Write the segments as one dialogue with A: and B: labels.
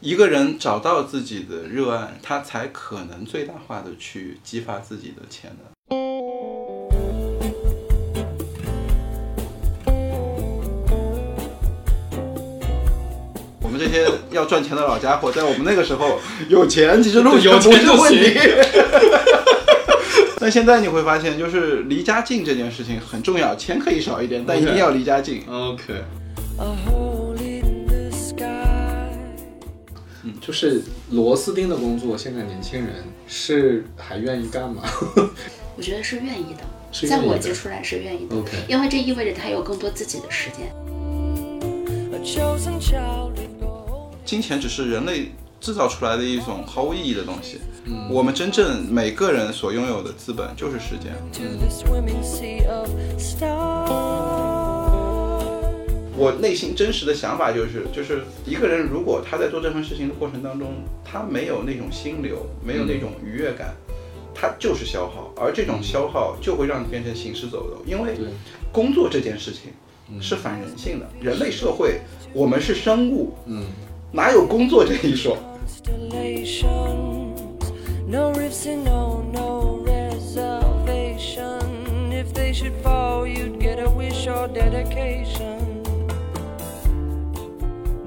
A: 一个人找到自己的热爱，他才可能最大化的去激发自己的潜能。我们这些要赚钱的老家伙，在我们那个时候，有钱其实路
B: 有
A: 不
B: 钱
A: 是
B: 就
A: 问题
B: 行。
A: 但现在你会发现，就是离家近这件事情很重要，钱可以少一点，但一定要离家近。
B: OK，
C: A hole in the sky.
D: 就是螺丝钉的工作，现在年轻人是还愿意干吗？
E: 我觉得是愿意的，
D: 是
E: 在
D: 愿意
E: 我
D: 的
E: 接触来是愿意的
D: OK
E: 因为这意味着他有更多自己的时间。
C: A chosen child of gold.
A: 金钱只是人类制造出来的一种毫无意义的东西。我们真正每个人所拥有的资本就是时间。
C: To the swimming sea of stars.
A: 我内心真实的想法就是，就是一个人如果他在做这份事情的过程当中，他没有那种心流，没有那种愉悦感，他就是消耗，而这种消耗就会让你变成行尸走肉，因为
D: 对
A: 工作这件事情是反人性的，人类社会我们是生物，
D: 嗯，
A: 哪有工作这一说？
C: Constellations. No rifts and no, no reservation. If they should fall, you'd get a wish or dedication.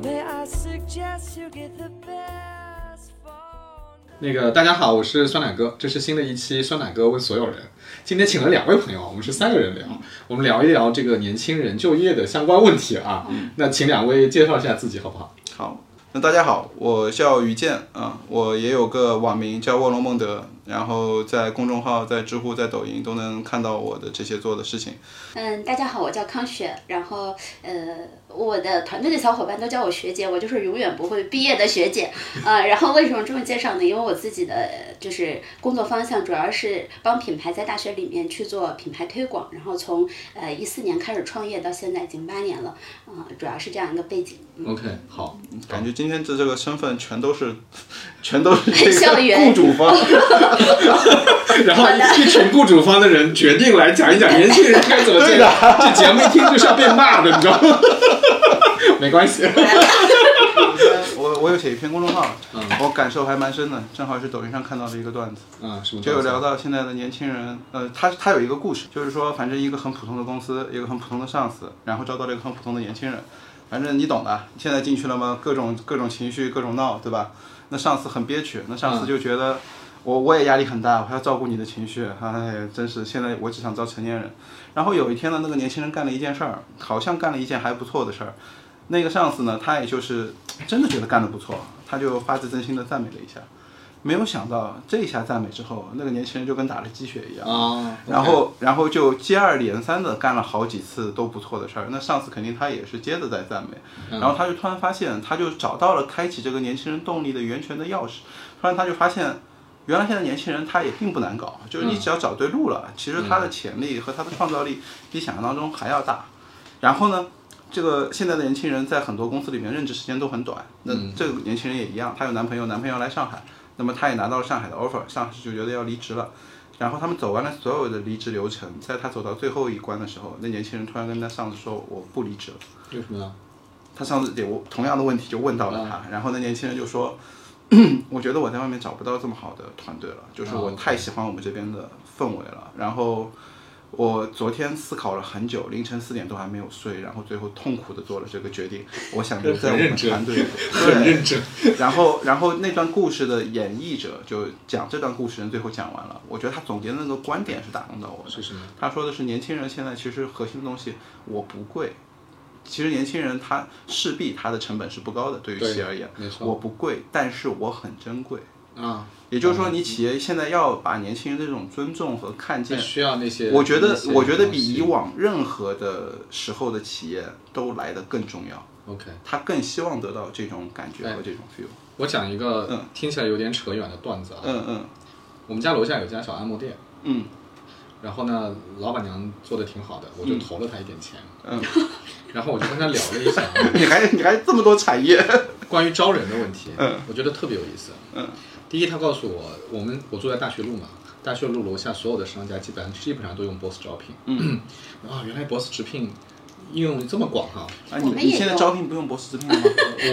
C: May I suggest you get the best for
D: 那个大家好，我是酸奶哥，这是新的一期酸奶哥问所有人。今天请了两位朋友，我们是三个人聊，我们聊一聊这个年轻人就业的相关问题啊。那请两位介绍一下自己好不好？
A: 好，那大家好，我叫于健啊、我也有个网名叫卧龙孟德，然后在公众号、在知乎、在抖音都能看到我的这些做的事情。
E: 嗯，大家好，我叫康雪，然后呃，我的团队的小伙伴都叫我学姐，我就是永远不会毕业的学 姐。呃，然后为什么这么介绍呢？因为我自己的呃就是工作方向主要是帮品牌在大学里面去做品牌推广，然后从呃一四年开始创业到现在已经八年了，嗯、主要是这样一个背景。
D: OK，好，
A: 感觉今天的这个身份全都是， 全都是这
E: 校
A: 个
E: 园
A: 雇主 方。
D: 然后一群雇主方的人决定来讲一讲年轻人该怎么
A: 对的
D: 这个， 这节目一听就是要被骂的，你知道吗？没关系，
A: 我我有写一篇公众号，我感受还蛮深的，正好是抖音上看到的一个段子。
D: 嗯，什么
A: 就
D: 段
A: 有
D: 子
A: 聊到现在的年轻人，呃，他他有一个故事，就是说，反正一个很普通的公司，一个很普通的上司，然后招到了一个很普通的年轻人，反正你懂的。现在进去了吗？各种各种情绪，各种闹，对吧？那上司很憋屈，那上司就觉得、我我也压力很大，我还要照顾你的情绪，哎，真是现在我只想招成年人。然后有一天呢，那个年轻人干了一件事儿，好像干了一件还不错的事儿。那个上司呢，他也就是真的觉得干得不错，他就发自真心的赞美了一下。没有想到这一下赞美之后，那个年轻人就跟打了鸡血一样。
D: 啊，
A: 然后，然后就接二连三的干了好几次都不错的事儿。那上次肯定他也是接着在赞美，然后他就突然发现，他就找到了开启这个年轻人动力的源泉的钥匙。突然他就发现，原来现在年轻人他也并不难搞，就是你只要找对路了，其实他的潜力和他的创造力比想象当中还要大。然后呢，这个现在的年轻人在很多公司里面任职时间都很短，那这个年轻人也一样，她有男朋友，男朋友来上海，那么她也拿到了上海的 offer，上海就觉得要离职了。然后他们走完了所有的离职流程，在他走到最后一关的时候，那年轻人突然跟他上司说：“我不离职了。”
D: 为什么呢？
A: 他上次有同样的问题就问到了
D: 嗯
A: 他，然后那年轻人就说：“ 我觉得我在外面找不到这么好的团队了，就是我
D: 哦
A: 太喜欢我们这边的氛围了。”然后我昨天思考了很久，凌晨四点都还没有睡，然后最后痛苦的做了这个决定。我想留在我们团队，
D: 很
A: 对
D: 认真。
A: 然后，然后那段故事的演绎者就讲这段故事人最后讲完了，我觉得他总结的那个观点是打动到我的。
D: 是什么？
A: 他说的是年轻人现在其实核心的东西我不贵，其实年轻人他势必他的成本是不高的，对于
D: 对
A: 企业而言
D: 没，错
A: 我不贵，但是我很珍贵。
D: 啊，
A: 也就是说，你企业现在要把年轻人这种尊重和看见，
D: 需要那些。
A: 我觉
D: 那
A: 得
D: 些
A: 我觉得
D: 东西
A: 比以往任何的时候的企业都来得更重要，
D: OK。哎
A: 他更希望得到这种感觉和这种 feel。
D: 我讲一个
A: 嗯
D: 听起来有点扯远的段子啊。
A: 嗯嗯
D: 我们家楼下有家小按摩店，
A: 嗯
D: 然后呢，老板娘做的挺好的，我就投了她一点钱，
A: 嗯，
D: 然后我就跟她聊了 一下
A: 你还你还这么多产 业，
D: 关于招人的问题，
A: 嗯
D: 我觉得特别有意思。
A: 嗯
D: 第一，她告诉我，我们我住在大学路嘛，大学 路楼下所有的商家基本上基本上都用 Boss 招聘。
A: 嗯
D: 啊，原来 Boss 直聘应用这么广哈、
A: 啊，
E: 我
A: 你
E: 们
A: 你
E: 也
A: 现在
E: 有
A: 招聘不用博士直聘了 吗？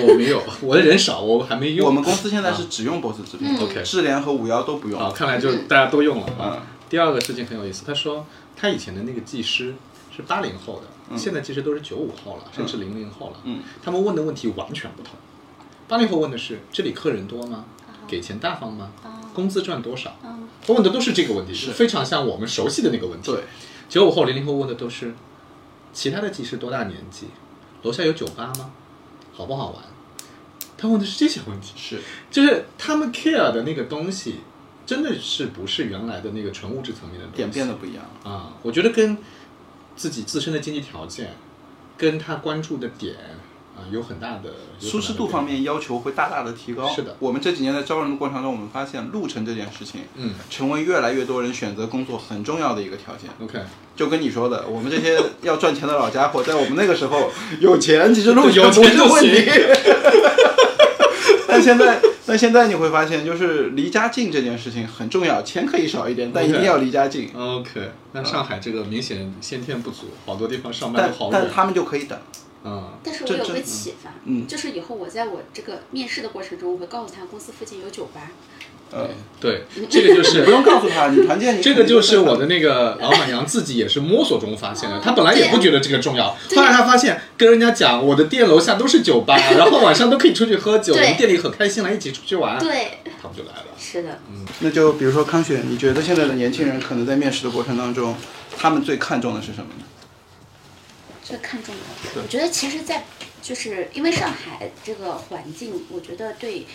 D: 我没有，我的人少，我还没用。
A: 我们公司现在是只用博士直聘
E: 嗯
D: OK
A: 智联和五幺都不用。
D: 啊，看来就大家都用了
A: 嗯
D: 啊。第二个事情很有意思，他说他以前的那个技师是八零后的，现在技师都是九五后了，甚至零零后了。
A: 嗯，
D: 他们问的问题完全不同。八零后问的是这里客人多吗？给钱大方吗？工资赚多少？
E: 嗯
D: 他问的都是这个问题，是非常像我们熟悉的那个问题。
A: 对，
D: 九五后、零零后问的都是其他的技师多大年纪？楼下有酒吧吗？好不好玩？他问的是这些问题。
A: 是
D: 就是他们 care 的那个东西，真的是不是原来的那个纯物质层面的东西
A: 点变得不一样。
D: 啊？我觉得跟自己自身的经济条件，跟他关注的点啊有很大的
A: 舒适度方，面要求会大大的提高。
D: 是的
A: 我们这几年在招人的过程中，我们发现路程这件事情，
D: 有很大的变
A: 成为越来越多人选择工作很重要的一个条件。
D: 嗯，OK，
A: 就跟你说的，我们这些 要赚钱的老家伙，在我们那个时候，有钱其实路
D: 有
A: 程不
D: 钱
A: 是
D: 就
A: 问
D: 行
A: 题。。 但现在，但现在你会发现，就是离家近这件事情很重要，钱可以少一点，但一定要离家近。
D: OK，那上海这个明显先天不足，好多地方上班
A: 但
D: 都好
A: 但
D: 远。
A: 他们就可以等，
D: 嗯，
E: 但是我
A: 这
E: 有
A: 这
E: 个
A: 嗯
E: 启发，
A: 嗯
E: 就是以后我在我这个面试的过程中，我会告诉他公司附近有酒吧，
A: 呃，
D: 对，这个就
A: 你
D: 是
A: 不用告诉他，你团建，你
D: 这个就是我的那 个老板娘自己也是摸索中发现的，她本来也不觉得这个重要，
E: 啊对啊
D: 后来她发现跟人家讲我的店楼下都是酒 吧，然后晚上都可以出去喝酒，我
E: 对
D: 们店里很开心，来一起出去玩，
E: 对，
D: 他们就来了。
E: 啊是的，
A: 那就比如说康雪，你觉得现在的年轻人可能在面试的过程当中，他们最看重的是什么呢？
E: 最看重的。我觉得其实在，就是因为上海这个环境，我觉得对，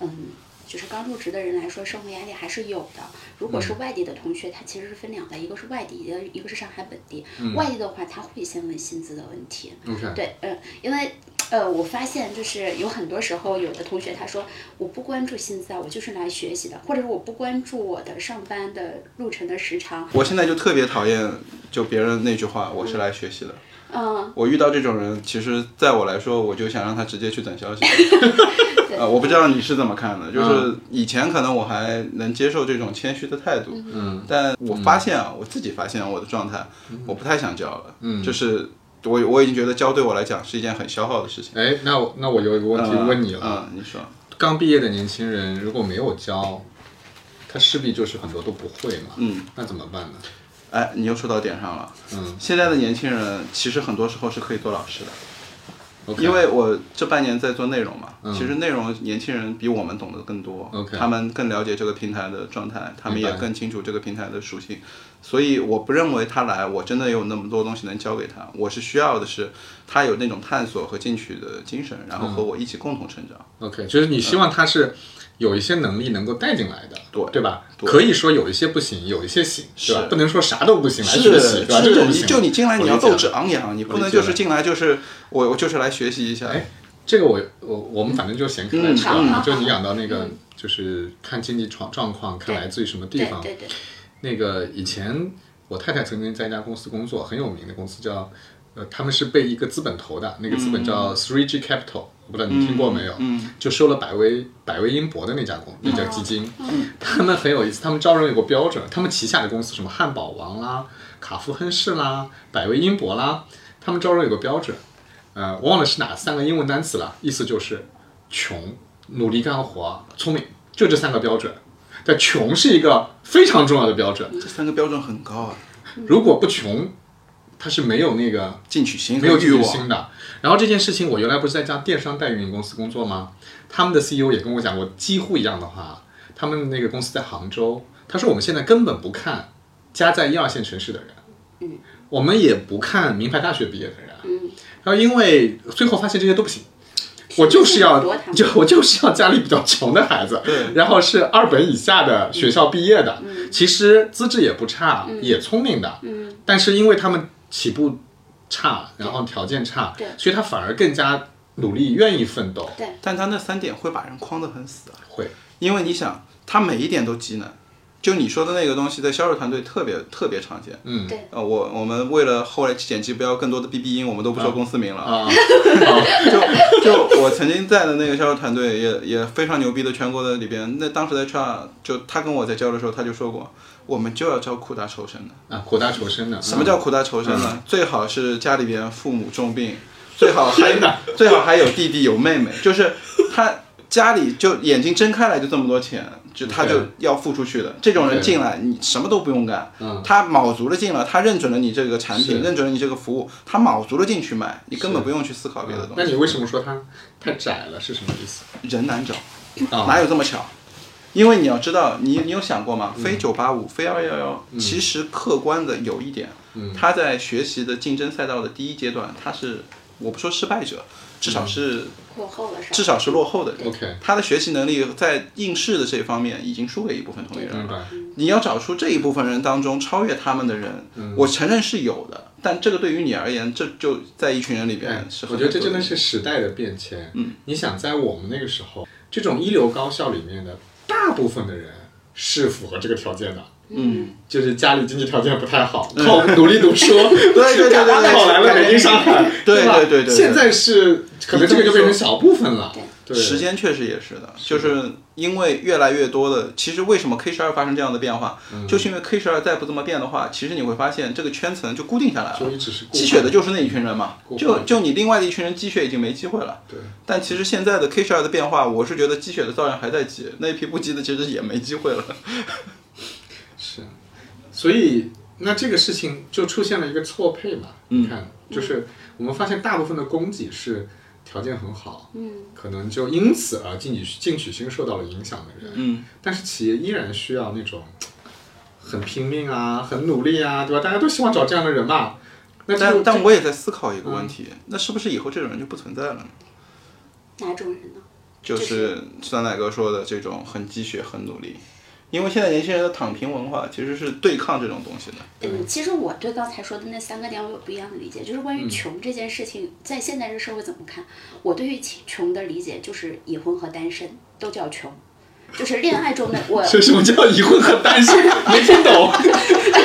E: 嗯，就是刚入职的人来说，生活压力还是有的。如果是外地的同学，他其实是分两个，一个是外地的，一个是上海本地。外地的话，他会先问薪资的问题。
D: OK，
E: 嗯对，嗯、因为。呃，我发现就是有很多时候，有的同学他说我不关注薪资啊，我就是来学习的，或者是我不关注我的上班的路程的时长，
A: 我现在就特别讨厌就别人那句话，我是来学习的。
E: 嗯，
A: 我遇到这种人，其实在我来说，我就想让他直接去等消息。呃，我不知道你是怎么看的，
D: 嗯
A: 就是以前可能我还能接受这种谦虚的态度，
D: 嗯，
A: 但我发现啊，我自己发现我的状态，我不太想教了，
D: 嗯
A: 就是我我已经觉得教对我来讲是一件很消耗的事情。
D: 哎，那我那我有一个问题
A: 嗯
D: 问你了，
A: 嗯，你说，
D: 刚毕业的年轻人如果没有教，他势必就是很多都不会嘛，
A: 嗯，
D: 那怎么办呢？
A: 哎，你又说到点上了。
D: 嗯
A: 现在的年轻人其实很多时候是可以做老师的，
D: ，OK，
A: 因为我这半年在做内容嘛，
D: 嗯
A: 其实内容年轻人比我们懂得更多
D: OK
A: 他们更了解这个平台的状态，他们
D: 明
A: 也
D: 白
A: 更清楚这个平台的属性，所以我不认为他来，我真的有那么多东西能教给他，我是需要的是他有那种探索和进取的精神，然后和我一起共同成长。
D: OK，就是你希望他是有一些能力能够带进来的，
A: 对
D: 对吧？
A: 对
D: 可以说有一些不行，有一些行，对吧
A: 是？
D: 不能说啥都不行来
A: 是
D: 学习，对吧？这
A: 是，
D: 种不
A: 你
D: 行。
A: 嗯就你进来
D: 我
A: 你
D: 理
A: 要
D: 解
A: 斗志
D: 了
A: 昂扬，你不
D: 我理
A: 能
D: 解
A: 就是
D: 了
A: 进来就是我我就是来学习一下。
D: 哎这个我我我们反正就闲开来扯
E: 嗯好
D: 啊，
E: 好
D: 就你讲到那个就是看经济状状况，看来自于什么地
E: 对
D: 方。
E: 对对，
D: 那个以前我太太曾经在一家公司工作，很有名的公司叫呃，他们是被一个资本投的，那个资本
E: 嗯
D: 叫 Three G Capital，、我不知道你听过没有？
A: 嗯
D: 就收了百威百威英博的那家公那家基金，他们很有意思，他们招人有个标准，他们旗下的公司什么汉堡王啦、卡夫亨氏啦、百威英博啦，他们招人有个标准，呃，忘了是哪三个英文单词了，意思就是穷、努力干活、聪明，就这三个标准。但穷是一个非常重要的标准，
A: 这三个标准很高啊，
D: 如果不穷，他是没有那个
A: 进取心和
D: 没有
A: 欲
D: 自信
A: 望
D: 心。的。然后这件事情，我原来不是在一家电商代运营公司工作吗？他们的 CEO 也跟我讲过几乎一样的话。他们那个公司在杭州，他说我们现在根本不看家在一二线城市的人，
E: 嗯，
D: 我们也不看名牌大学毕业的人，啊
E: 嗯，
D: 然后因为最后发现这些都不行。我就是要
E: 是的是的
D: 就我就是要家里比较穷的孩子，
A: 对
D: 然后是二本以下的学校毕业的，其实资质也不差，也聪明的，
E: 嗯，
D: 但是因为他们起步差，然后条件差
E: 对，
D: 所以他反而更加努力，愿意奋斗，
E: 对。
A: 但他那三点会把人框得很死啊。
D: 会
A: 因为你想，他每一点都极能，就你说的那个东西，在销售团队特别特别常见。
D: 嗯
E: 对
A: 呃，我我们为了后来剪辑不要更多的 BB 音，我们都不说公司名了。
D: 啊，
A: 就就我曾经在的那个销售团队也也非常牛逼的，全国的里边，那当时在 HR 就他跟我在教的时候，他就说过，我们就要教苦大仇深的。
D: 啊，苦大仇深嗯的。
A: 什么叫苦大仇深呢？最好是家里边父母重病，最好还 最好还有弟弟有妹妹，就是他家里就眼睛睁开来就这么多钱，就他就要付出去的。这种人进来，你什么都不用干，他卯足了劲了，他认准了你这个产品，认准了你这个服务，他卯足了劲去买，你根本不用去思考别的东
D: 那
A: 西。
D: 你为什么说它太窄了？是什么意思？
A: 人难找，
D: 啊
A: 哪有这么巧？因为你要知道，你你有想过
D: 嗯
A: 吗？非九八五，非二幺幺，其实客观的有一点，
D: 嗯
A: 他在学习的竞争赛道的第一阶段，他是我不说失败者，至少是
E: 落后了是吧？
A: 至少是落后的人。
D: 嗯 OK
A: 他的学习能力在应试的这方面已经输给一部分同学
D: 嗯明
A: 了。
D: 白？
A: 你要找出这一部分人当中超越他们的人，
D: 嗯
A: 我承认是有的，但这个对于你而言，这就在一群人里边是很
D: 嗯我觉得这
A: 难做
D: 真的是时代的变迁。嗯，你想在我们那个时候，这种一流高校里面的大部分的人是符合这个条件的。
A: 嗯，
D: 就是家里经济条件不太好，靠努力读书，对
A: 对对对对
D: 考来了北京、上海，
A: 对
D: 吧
A: 对对对对
D: 现在是可能这个就变成小部分了，对，
A: 时间确实也是的，就是因为越来越多的，其实为什么 K 十二发生这样的变化，
D: 嗯
A: 就是因为 K 十二再不这么变的话，其实你会发现这个圈层就固定下来
D: 就
A: 了
D: 一。直是固
A: 积雪的就是那一群人嘛，就
D: 化
A: 就你另外的一群人积雪已经没机会了。
D: 对，
A: 但其实现在的 K 十二的变化，我是觉得积雪的照样还在积，那一批不积的其实也没机会了。
D: 是，所以那这个事情就出现了一个错配嘛。你看，就是我们发现大部分的供给是条件很好，
E: 嗯，
D: 可能就因此而进取进取心受到了影响的人，
A: 嗯，
D: 但是企业依然需要那种很拼命啊、很努力啊，对吧？大家都希望找这样的人嘛。 那嗯这
A: 但
D: 个
A: 但我也在思考一个问题，那是不是以后这种人就不存在了呢？
E: 哪种人呢？
A: 就是酸奶哥说的这种很积雪、很努力，因为现在年轻人的躺平文化其实是对抗这种东西的。
E: 嗯，其实我对刚才说的那三个点我有不一样的理解，就是关于穷这件事情，在现在这社会怎么看？我对于穷的理解就是已婚和单身都叫穷，就是恋爱中的我
D: 这什么叫已婚和单身？没听懂。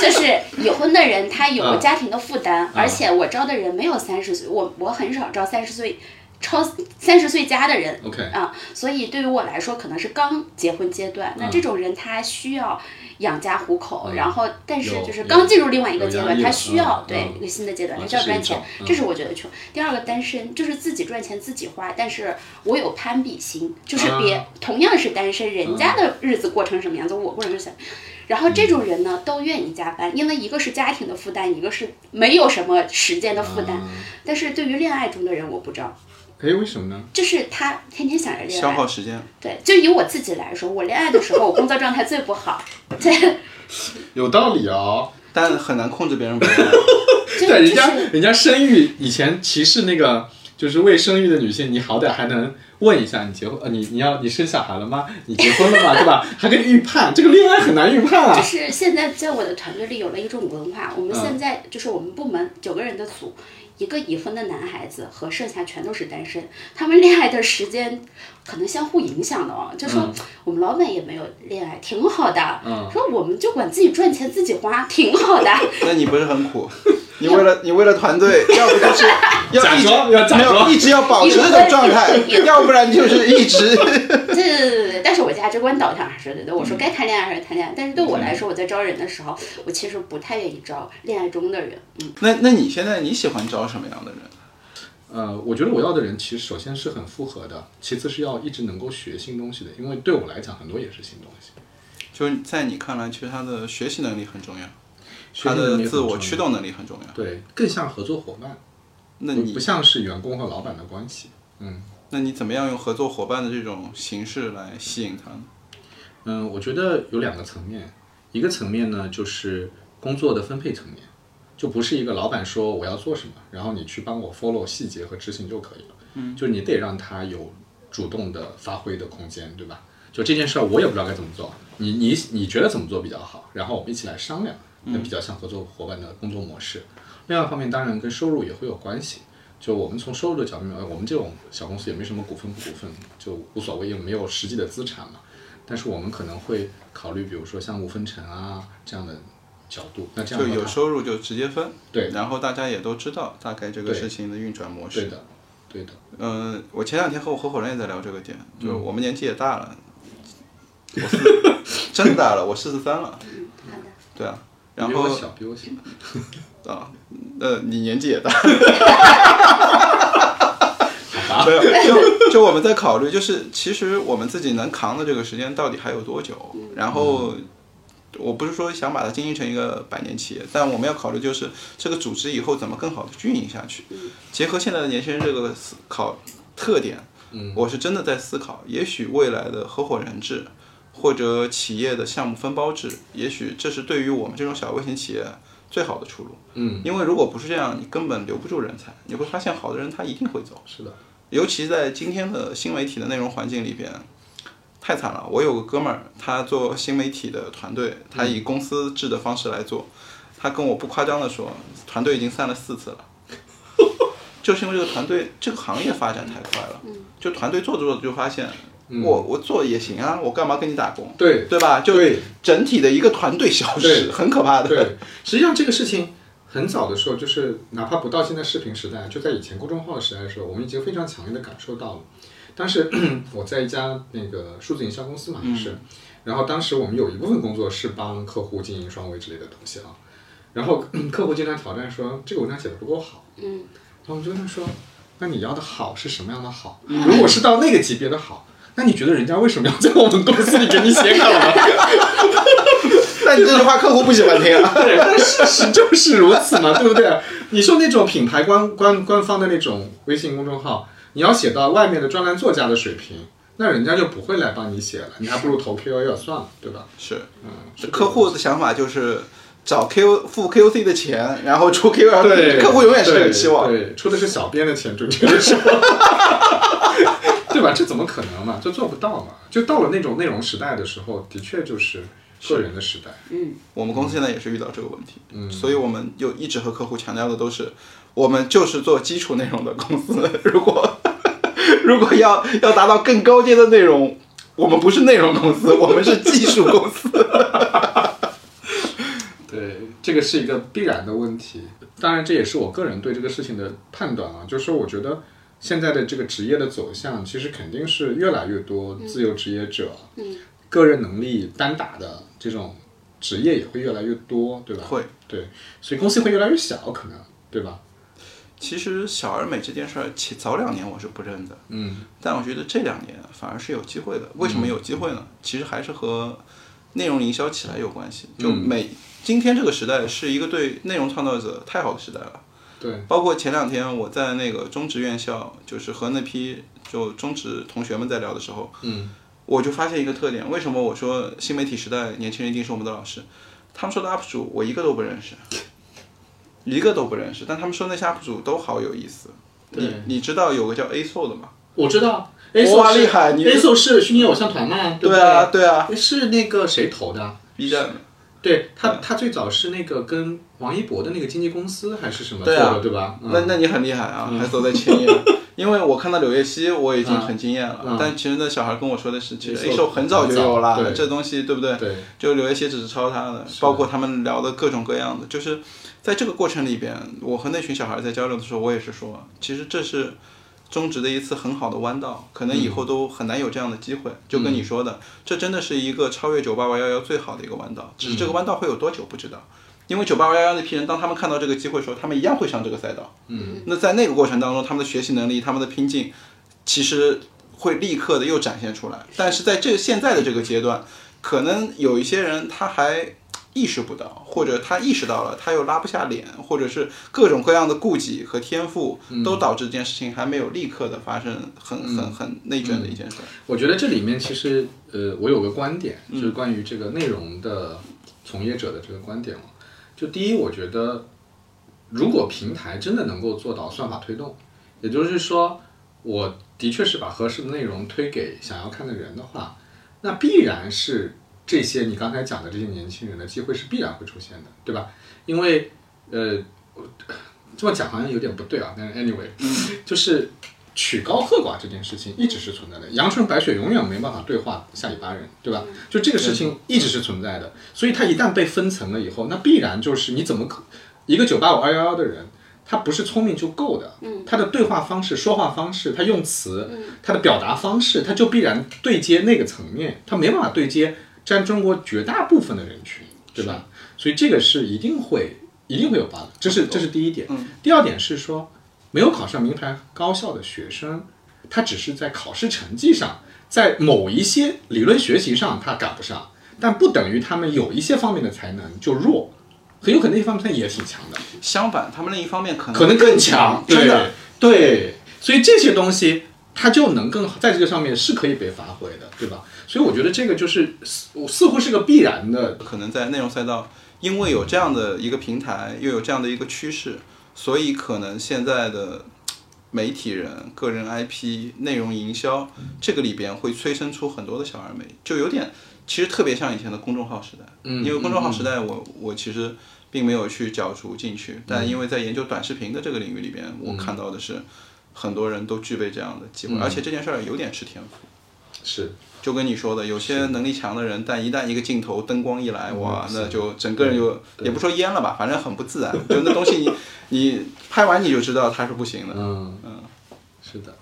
E: 就是已婚的人，他有
D: 啊
E: 家庭的负担，而且我招的人没有三十岁，我我很少招三十岁超三十岁加的人。
D: OK
E: 啊，所以对于我来说，可能是刚结婚阶段。那
D: 嗯
E: 这种人他需要养家糊口，然后但是
D: 有
E: 就是
D: 有
E: 刚进入另外一个
D: 有
E: 阶
D: 压
E: 段，
D: 力
E: 他
D: 了
E: 需要
D: 嗯
E: 对
D: 嗯
E: 一个新的阶段，
D: 啊
E: 他需
D: 这
E: 要
D: 是
E: 赚
D: 一
E: 钱
D: 种，
E: 这是我觉得穷。第二个单身就是自己赚钱自己花，但是我有攀比心，就是别
D: 啊嗯
E: 同样是单身，人家的日子过成什么样子，我过成什么样子。然后这种人呢，都愿意加班，因为一个是家庭的负担，一个是没有什么时间的负担。
D: 啊
E: 但是对于恋爱中的人，我不知道，
D: 哎，为什么呢？
E: 就是他天天想着恋
A: 消耗
E: 爱。
A: 时间，
E: 对，就以我自己来说，我恋爱的时候，我工作状态最不 好。对，
D: 有道理哦。
A: 但很难控制别人不要。
E: 就
D: 对，人
E: 就
D: 家
E: 是
D: 人家生育以前歧视那个就是未生育的女性，你好歹还能问一下你结婚呃你你要你生小孩了吗？你结婚了吗？ 对吧？还可以预判，这个恋爱很难预判
E: 就
D: 啊。
E: 是现在在我的团队里有了一种文化，我们
D: 嗯
E: 现在就是我们部门九个人的组，一个已婚的男孩子和剩下全都是单身，他们恋爱的时间可能相互影响的哦。就说
D: 嗯
E: 我们老板也没有恋爱，挺好的，
D: 嗯
E: 说我们就管自己赚钱自己花，挺好 的。
A: 那你不是很苦？你为了你为了团队，要不 就是要一直
D: 假装要假
A: 没有
D: 装
A: 一直要保持这种状态，要不然就是 一直。
E: 对对对对对，但是我价值观导向还是对的。我说
D: 嗯
E: 该谈恋爱还是谈恋爱，但是对我来说，我在招人的时候，我其实不太愿意招恋爱中的人。嗯，
A: 那那你现在你喜欢招什么样的人？
D: 呃，我觉得我要的人其实首先是很复合的，其次是要一直能够学新东西的，因为对我来讲很多也是新东西。
A: 就是在你看来，其实他的学习能力很重要，
D: 学
A: 他
D: 习能力
A: 的
D: 很
A: 自我
D: 重要
A: 驱动能力很重要。
D: 对，更像合作伙伴，
A: 那
D: 不
A: 你
D: 不像是员工和老板的关系。嗯，
A: 那你怎么样用合作伙伴的这种形式来吸引他呢？
D: 嗯，我觉得有两个层面，一个层面呢就是工作的分配层面，就不是一个老板说我要做什么，然后你去帮我 follow 细节和执行就可以了。嗯，就是你得让他有主动的发挥的空间，对吧？就这件事儿我也不知道该怎么做，你你你觉得怎么做比较好？然后我们一起来商量，那比较像合作伙伴的工作模式。另外一方面，当然跟收入也会有关系。就我们从收入的角度，我们这种小公司也没什么股份不股份，就无所谓，也没有实际的资产嘛。但是我们可能会考虑，比如说像五分成啊这样的角度。那这样
A: 就
D: 嗯的
A: 有
D: 话
A: 收入就直接分，
D: 对
A: 然后大家也都知道大概这个
D: 对
A: 事情的运转模式。
D: 对的，对的，
A: 嗯，我前两天和我合伙人也在聊这个点，就是我们年纪也大了，我是 真大了，我四十三了，
E: 好的，
A: 对啊，然
D: 比我
A: 后
D: 小，比我小，
A: 啊，呃，你年纪也大，没有，就就我们在考虑，就是其实我们自己能扛的这个时间到底还有多久？然后，我不是说想把它经营成一个百年企业，但我们要考虑就是这个组织以后怎么更好的运营下去。结合现在的年轻人这个思考特点，
D: 嗯
A: 我是真的在思考，也许未来的合伙人制或者企业的项目分包制，也许这是对于我们这种小微型企业最好的出路。
D: 嗯，
A: 因为如果不是这样，你根本留不住人才。你会发现，好的人他一定会走，
D: 是的，
A: 尤其在今天的新媒体的内容环境里边，太惨了。我有个哥们儿，他做新媒体的团队，他以公司制的方式来做，他跟我不夸张的说，团队已经散了四 次了。就是因为这个团队，这个行业发展太快了，就团队做着做着就发现，我我做也行啊，我干嘛跟你打工？
D: 嗯对
A: 对吧？就
D: 对
A: 整体的一个团队消失，
D: 对
A: 很可怕的。
D: 对，实际上这个事情很早的时候，就是哪怕不到现在视频时代，就在以前公众号时代的时候，我们已经非常强烈的感受到了。当时 我在一家那个数字营销公司嘛，也是，然后当时我们有一部分工作是帮客户经营双微之类的东西啊，然后 客户经常挑战说这个文章写的不够好，
E: 嗯，
D: 然后我就问他说，那你要的好是什么样的好？如果是到那个级别的好，那你觉得人家为什么要在我们公司里给你写稿呢？
A: 那你这句话客户不喜欢听啊。
D: 对，但事实就是如此嘛，对不对？你说那种品牌官官官方的那种微信公众号，你要写到外面的专栏作家的水平，那人家就不会来帮你写了，你还不如投 KOL 算了，对吧？
A: 是，客户的想法就是找 Q 付 QC 的钱，然后出 QL，客呃户永远是这个期望。
D: 对，出的是小编的钱，准确的说， 对吧？这怎么可能嘛？就做不到嘛。就到了那种内容时代的时候，的确就是个人的时代。
A: 我们公司现在也是遇到这个问题，所以我们又一直和客户强调的都是，我们就是做基础内容的公司， 如果如果要要达到更高阶的内容。我们不是内容公司，我们是技术公司。
D: 对，这个是一个必然的问题。当然，这也是我个人对这个事情的判断啊，就是说，我觉得现在的这个职业的走向，其实肯定是越来越多自由职业者，
E: 嗯
D: 个人能力单打的这种职业也会越来越多，对吧？
A: 会，
D: 对，所以公司会越来越小，可能，对吧？
A: 其实小而美这件事儿，其早两年我是不认的，
D: 嗯
A: 但我觉得这两年反而是有机会的。为什么有机会
D: 嗯
A: 呢？其实还是和内容营销起来有关系。就
D: 嗯
A: 每、今天这个时代是一个对内容创造者太好的时代了。
D: 对，
A: 包括前两天我在那个中职院校，就是和那批就中职同学们在聊的时候，
D: 嗯，
A: 我就发现一个特点。为什么我说新媒体时代年轻人一定是我们的老师？他们说的 UP 主我一个都不认识，一个都不认识。但他们说那些 UP 主都好有意思。你
D: 对
A: 你知道有个叫 A Soul 的吗？
D: 我知道。
A: 哇厉害你
D: a s o 是虚拟偶像团嘛？不
A: 对啊，对啊
D: 是那个谁投的啊？
A: ，B 站的。
D: 对他，
A: 啊
D: 他最早是那个跟王一博的那个经纪公司还是什么做
A: 对啊
D: 的，对吧？嗯
A: 那那你很厉害啊，还走在前 沿。因为我看到柳叶熙，我已经
D: 嗯
A: 很惊艳了。
D: 嗯
A: 但其实那小孩跟我说的是，其实
D: 没
A: A
D: 错
A: 秀很早就有
D: 很
A: 了
D: 早对
A: 这东西，对不对？
D: 对，
A: 就柳叶熙只是抄他的，包括他们聊的各种各样的，就是在这个过程里边，我和那群小孩在交流的时候，我也是说，其实这是中职的一次很好的弯道，可能以后都很难有这样的机会。就跟你说的，这真的是一个超越九八 Y 幺幺最好的一个弯道，只是这个弯道会有多久不知道。因为九八 Y 幺幺那批人，当他们看到这个机会的时候，他们一样会上这个赛道。嗯，那在那个过程当中，他们的学习能力、他们的拼劲，其实会立刻的又展现出来。但是在这现在的这个阶段，可能有一些人他还意识不到，或者他意识到了，他又拉不下脸，或者是各种各样的顾忌和天赋，
D: 嗯
A: 都导致这件事情还没有立刻的发生，很很很内卷的一件事。
D: 我觉得这里面其实，呃，我有个观点，就是关于这个内容的从业者的这个观点嘛。啊就第一，我觉得如果平台真的能够做到算法推动，也就是说，我的确是把合适的内容推给想要看的人的话，那必然是这些你刚才讲的这些年轻人的机会是必然会出现的，对吧？因为，呃，我这么讲好像有点不对啊，但是 anyway，就是曲高和寡这件事情一直是存在的。阳春白雪永远没办法对话下里巴人，嗯对吧？就这个事情一直是存在的，所以它一旦被分层了以后，那必然就是你怎么可一个九八五二幺幺的人。他不是聪明就够的，他的对话方式、说话方式、他用词、他的表达方式，他就必然对接那个层面，他没办法对接占中国绝大部分的人群，对吧？所以这个是一定会一定会有 bug，这是这是第一点。第二点是说，没有考上名牌高校的学生，他只是在考试成绩上，在某一些理论学习上他赶不上，但不等于他们有一些方面的才能就弱，很有可能那些方面他也挺强的。
A: 相反，他们另一方面可能
D: 可能更强，
A: 真的
D: 对对，所以这些东西它就能更在这个上面是可以被发挥的，对吧？所以我觉得这个就是似似乎是个必然的，
A: 可能在内容赛道，因为有这样的一个平台，又有这样的一个趋势，所以可能现在的媒体人、个人 IP、内容营销这个里边会催生出很多的小而美，就有点其实特别像以前的公众号时代，
D: 嗯
A: 因为公众号时
D: 嗯
A: 代我我其实并没有去角逐进去，但因为在研究短视频的这个领域里边，
D: 嗯
A: 我看到的是很多人都具备这样的机会，而且这件事儿有点吃天赋。
D: 是
A: 就跟你说的，有些能力强的人，但一旦一个镜头灯光一来，哇，
D: 嗯
A: 那就整个人就也不说淹了吧，反正很不自然。 就那东西你你拍完你就知道它是不行的。
D: 嗯嗯，是的。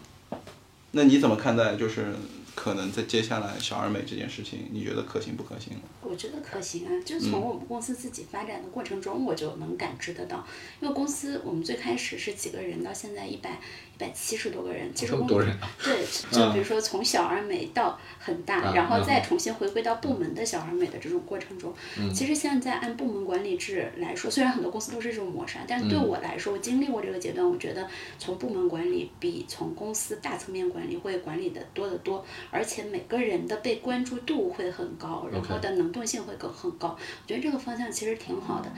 A: 那你怎么看待就是可能在接下来小而美这件事情，你觉得可行不可行？
E: 我觉得可行啊，就是
D: 嗯
E: 从我们公司自己发展的过程中，我就能感知得到。因为公司我们最开始是几个人，到现在一百一百七十多个人，其实
D: 这么
E: 我们
D: 多人啊
E: 对，就比如说从小而美到很大，
D: 啊
E: 然后再
D: 嗯
E: 重新回归到部门的小而美的这种过程中，其实现在按部门管理制来说，虽然很多公司都是这种模式啊，但是
D: 嗯
E: 对我来说，我经历过这个阶段，我觉得从部门管理比从公司大层面管理会管理的多得多，而且每个人的被关注度会很高，然后
D: OK
E: 的能动性会更很高。我觉得这个方向其实挺好的。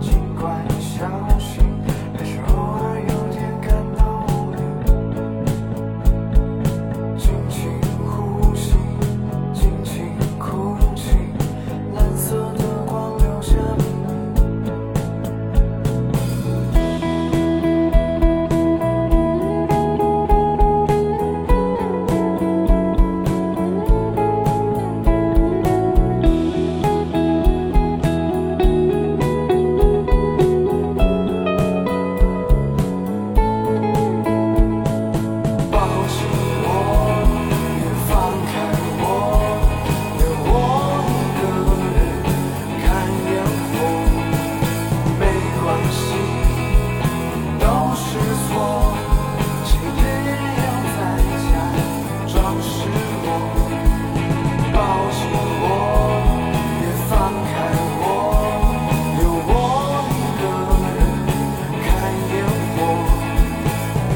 B: 尽管相信，还是偶尔有点感到无力。尽情呼吸，尽情哭泣，蓝色的光留下秘密。抱紧我，别放开我，留我一个人看烟火。没关系，都是错，请别留在家装饰我。抱紧我，别放开我，留我一个人看烟火。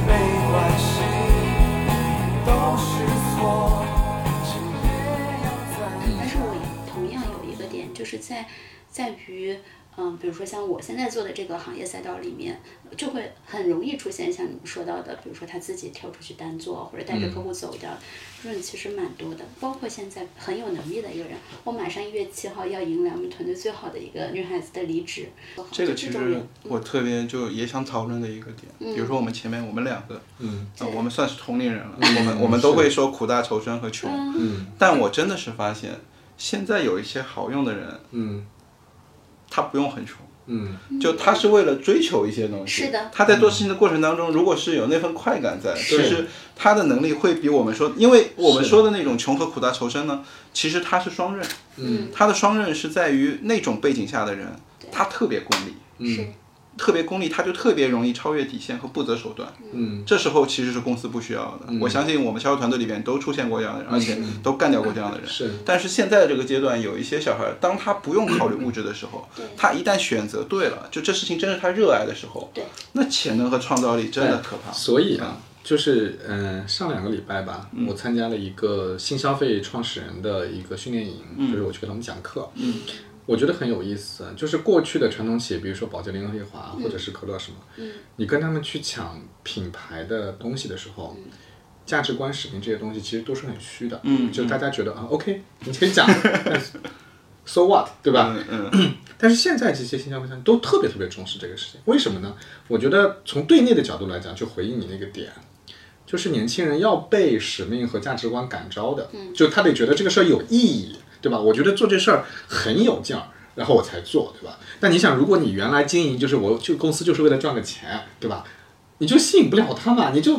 B: 没关系，都是错，请别要再
E: 但是我同样有一个点，就是在在于，嗯，比如说像我现在做的这个行业赛道里面，就会很容易出现像你们说到的，比如说他自己跳出去单做，或者带
A: 嗯
E: 着客户走掉，这种其实蛮多的。包括现在很有能力的一个人，我马上一月七号要迎来我们团队最好的一个女孩子的离职，
A: 这个
E: 就
A: 其
E: 种
A: 实
E: 人
A: 我特别就也想讨论的一个点，比如说我们前面我们两个，
D: 嗯
A: 呃我们算是同龄人了，我们我们都会说苦大仇深和穷，
D: 嗯
A: 但我真的是发现现在有一些好用的人，
D: 嗯
A: 他不用很穷。
D: 嗯
A: 就他是为了追求一些东西，
E: 是的
A: 他在做事情的过程当中，如果是有那份快感在，
D: 是
A: 就是他的能力会比我们说，因为我们说的那种穷和苦大仇深呢，其实他是双刃，
D: 嗯
A: 他的双刃是在于那种背景下的人，他特别功利，
D: 嗯，
A: 特别功利，他就特别容易超越底线和不择手段。
D: 嗯，
A: 这时候其实是公司不需要的。我相信我们销售团队里边都出现过这样的人，而且都干掉过这样的人。
D: 嗯是
A: 但是现在这个阶段，有一些小孩，当他不用考虑物质的时候，他一旦选择对了，就这事情真是他热爱的时候，
E: 对，
A: 那潜能和创造力真的可怕。
D: 所以啊，就是嗯、呃上两个礼拜吧，我参加了一个新消费创始人的一个训练营，就是我去给他们讲课，嗯，我觉得很有意思。就是过去的传统企业，比如说宝洁、联合利华或者是可乐什么，嗯，你跟他们去抢品牌的东西的时候。价值观、使命这些东西其实都是很虚的，
A: 嗯
D: 就是大家觉得啊，OK，你可以讲但是，so what，对吧？
A: 嗯嗯
D: 但是现在这些新消费商都特别特别重视这个事情，为什么呢？我觉得从对内的角度来讲，去回应你那个点，就是年轻人要被使命和价值观感召的，就他得觉得这个事儿有意义，对吧？我觉得做这事儿很有劲儿。然后我才做，对吧？但你想，如果你原来经营就是我就公司就是为了赚个钱，对吧？你就吸引不了他嘛，你就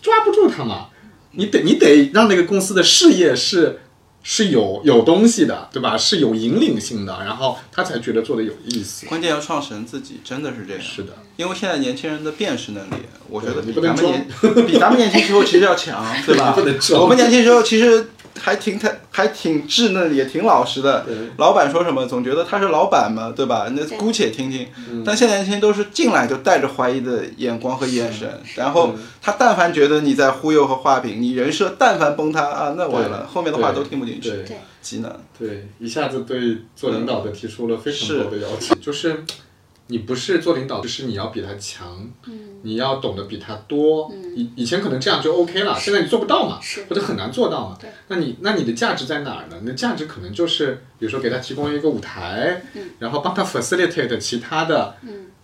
D: 抓不住他嘛。你得你得让那个公司的事业是是有有东西的，对吧？是有引领性的，然后他才觉得做的有意思。
A: 关键要创始人自己真的是这样。
D: 是的，
A: 因为现在年轻人的辨识能力，我觉得
D: 对你
A: 比
D: 不
A: 咱
D: 能
A: 们年比咱们年轻时候其实要 强，对吧？
D: 你不能装
A: 我们年轻时候其实还挺太还挺稚嫩，也挺老实的
D: 对。
A: 老板说什么，总觉得他是老板嘛，对吧？那
E: 对
A: 姑且听听。
D: 嗯
A: 但现在年轻人都是进来就带着怀疑的眼光和眼神，然后他但凡觉得你在忽悠和画饼，你人设但凡崩塌啊，那完了，
D: 对
A: 后面的话
D: 对
A: 都听不进去
D: 对，
A: 极难。
D: 对，一下子对做领导的提出了非常多的要求，就是你不是做领导，就是你要比他强，
E: 嗯
D: 你要懂得比他多。以、以前可能这样就 OK 了，现在你做不到嘛
E: 是，
D: 或者很难做到嘛
E: 对。
D: 那你那你的价值在哪儿呢？你的价值可能就是比如说给他提供一个舞台，
E: 嗯
D: 然后帮他 facilitate 其他的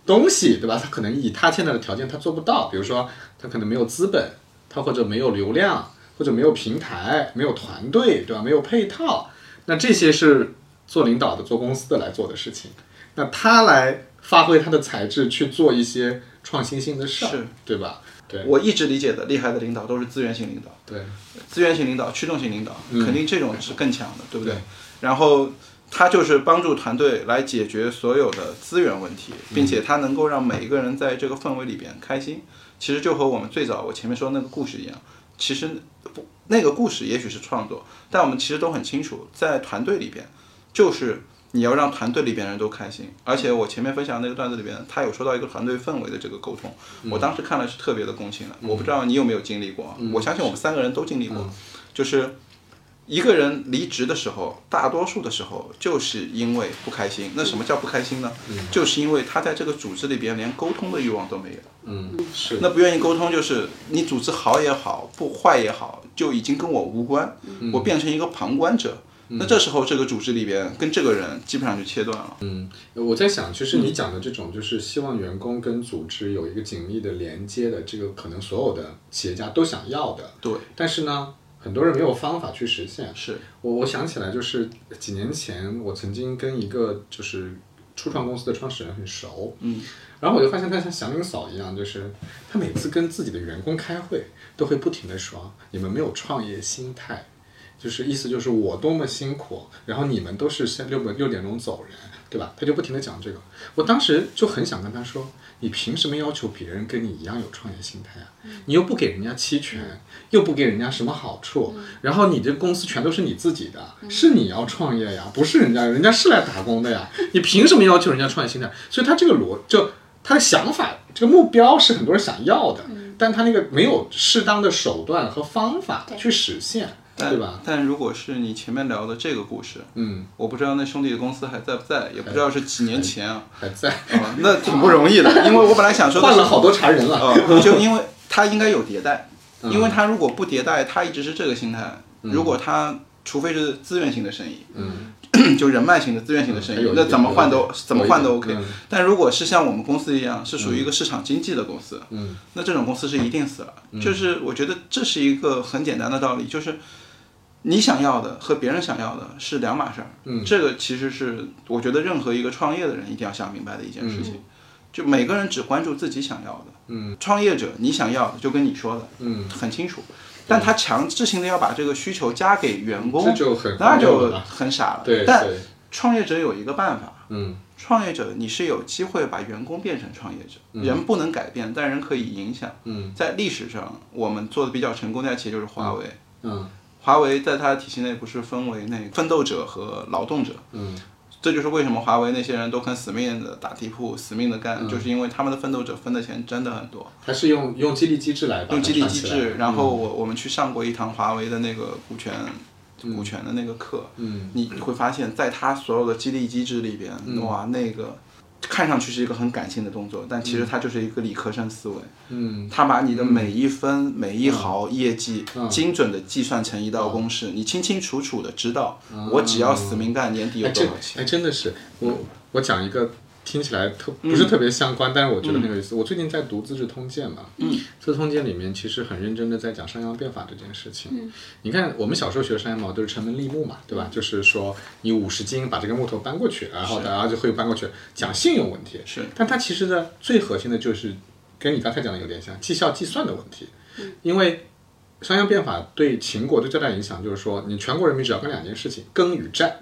D: 东西，对吧？他可能以他现在的条件他做不到，比如说他可能没有资本，他或者没有流量，或者没有平台，没有团队，对吧？没有配套，那这些是做领导的、做公司的来做的事情。那他来发挥他的才智去做一些创新性的事儿
A: 是，
D: 对吧？对，
A: 我一直理解的厉害的领导都是资源型领导。
D: 对，
A: 资源型领导、驱动型领导，肯定这种是更强的，对不对？
D: 对
A: 然后他就是帮助团队来解决所有的资源问题，并且他能够让每一个人在这个氛围里边开心。其实就和我们最早我前面说的那个故事一样，其实不那个故事也许是创作，但我们其实都很清楚，在团队里边就是。你要让团队里边人都开心，而且我前面分享那个段子里边，他有说到一个团队氛围的这个沟通，我当时看了是特别的共情的。我不知道你有没有经历过啊，我相信我们三个人都经历过，就是一个人离职的时候，大多数的时候就是因为不开心。那什么叫不开心呢？就是因为他在这个组织里边连沟通的欲望都没有。
D: 嗯，是
A: 那不愿意沟通，就是你组织好也好，不坏也好，就已经跟我无关，我变成一个旁观者。那这时候，这个组织里边跟这个人基本上就切断了。
D: 我在想，就是
A: 嗯
D: 你讲的这种，就是希望员工跟组织有一个紧密的连接的，这个可能所有的企业家都想要的，
A: 对，
D: 但是呢，很多人没有方法去实现。
A: 是
D: 我我想起来，就是几年前我曾经跟一个就是初创公司的创始人很熟，嗯，然后我就发现他像祥林嫂一样，就是他每次跟自己的员工开会，都会不停的说你们没有创业心态，就是意思就是我多么辛苦，然后你们都是先六六点钟走人，对吧？他就不停的讲这个，我当时就很想跟他说，你凭什么要求别人跟你一样有创业心态啊？你又不给人家期权，又不给人家什么好处，然后你这公司全都是你自己的，是你要创业呀，不是人家，人家是来打工的呀，你凭什么要求人家创业心态？所以他这个逻就。他的想法，这个目标是很多人想要的，但他那个没有适当的手段和方法去实现，对吧？
A: 但如果是你前面聊的这个故事，
D: 嗯，
A: 我不知道那兄弟的公司还在不在，也不知道是几年前啊，
D: 还在，
A: 哦那挺不容易 的。因为我本来想说的
D: 哎换
A: 是
D: 了好多茬人了。
A: 呃，就因为他应该有迭代，
D: 嗯
A: 因为他如果不迭代，他一直是这个心态。如果他除非是资源型的生意， 就人脉型的资源型的生
D: 嗯嗯还
A: 意
D: 有，一
A: 那
D: 点
A: 怎么换
D: 有
A: 都
D: 一点
A: 怎么换都
D: 有一点
A: OK
D: 嗯。
A: 但如果是像我们公司一样，是属于一个市场经济的公司，
D: 嗯
A: 那这种公司是一定死了。就是我觉得这是一个很简单的道理，就是。你想要的和别人想要的是两码事儿，
D: 嗯
A: 这个其实是我觉得任何一个创业的人一定要想明白的一件事情，就每个人只关注自己想要的，
D: 嗯，
A: 创业者你想要的就跟你说的，
D: 嗯，
A: 很清楚，但他强制性的要把这个需求加给员工，
D: 这就很
A: 那
D: 荒谬
A: 就
D: 了
A: 很傻了。
D: 对
A: 但
D: 对
A: 创业者有一个办法，
D: 嗯
A: 创业者你是有机会把员工变成创业者，
D: 嗯
A: 人不能改变，但人可以影响。
D: 嗯
A: 在历史上，我们做的比较成功的企业就是华为。
D: 嗯
A: 华为在它的体系内不是分为那个奋斗者和劳动者，
D: 嗯
A: 这就是为什么华为那些人都肯死命的打地铺、死命的干，
D: 嗯
A: 就是因为他们的奋斗者分的钱真的很多。
D: 它是用用激励机制来把它
A: 用激励
D: 串
A: 机
D: 起来嗯
A: 制，然后我我们去上过一堂华为的那个股权股权的那个课，
D: 嗯
A: 你你会发现在它所有的激励机制里边，哇，那个看上去是一个很感性的动作，但其实它就是一个理科生思维，
D: 嗯
A: 它把你的每一分每一毫业绩
D: 嗯
A: 精准的计算成一道公式，你清清楚楚的知道，我只要死命干，年底有
D: 嗯哎
A: 多
D: 这
A: 少
D: 哎
A: 钱。
D: 真的是我我讲一个听起来特不是特别相关，但是我觉得很有意思。我最近在读《资治通鉴》嘛，嗯，《资治通鉴》里面其实很认真的在讲商鞅变法这件事情。你看我们小时候学商鞅嘛，都是城门立木嘛，对吧？就是说你五十斤把这个木头搬过去，然后大家就会搬过去，讲信用问题
A: 是
D: 但它其实呢，最核心的就是跟你刚才讲的有点像，绩效计算的问题。因为商鞅变法对秦国最大的影响就是说，你全国人民只要干两件事情：耕与战。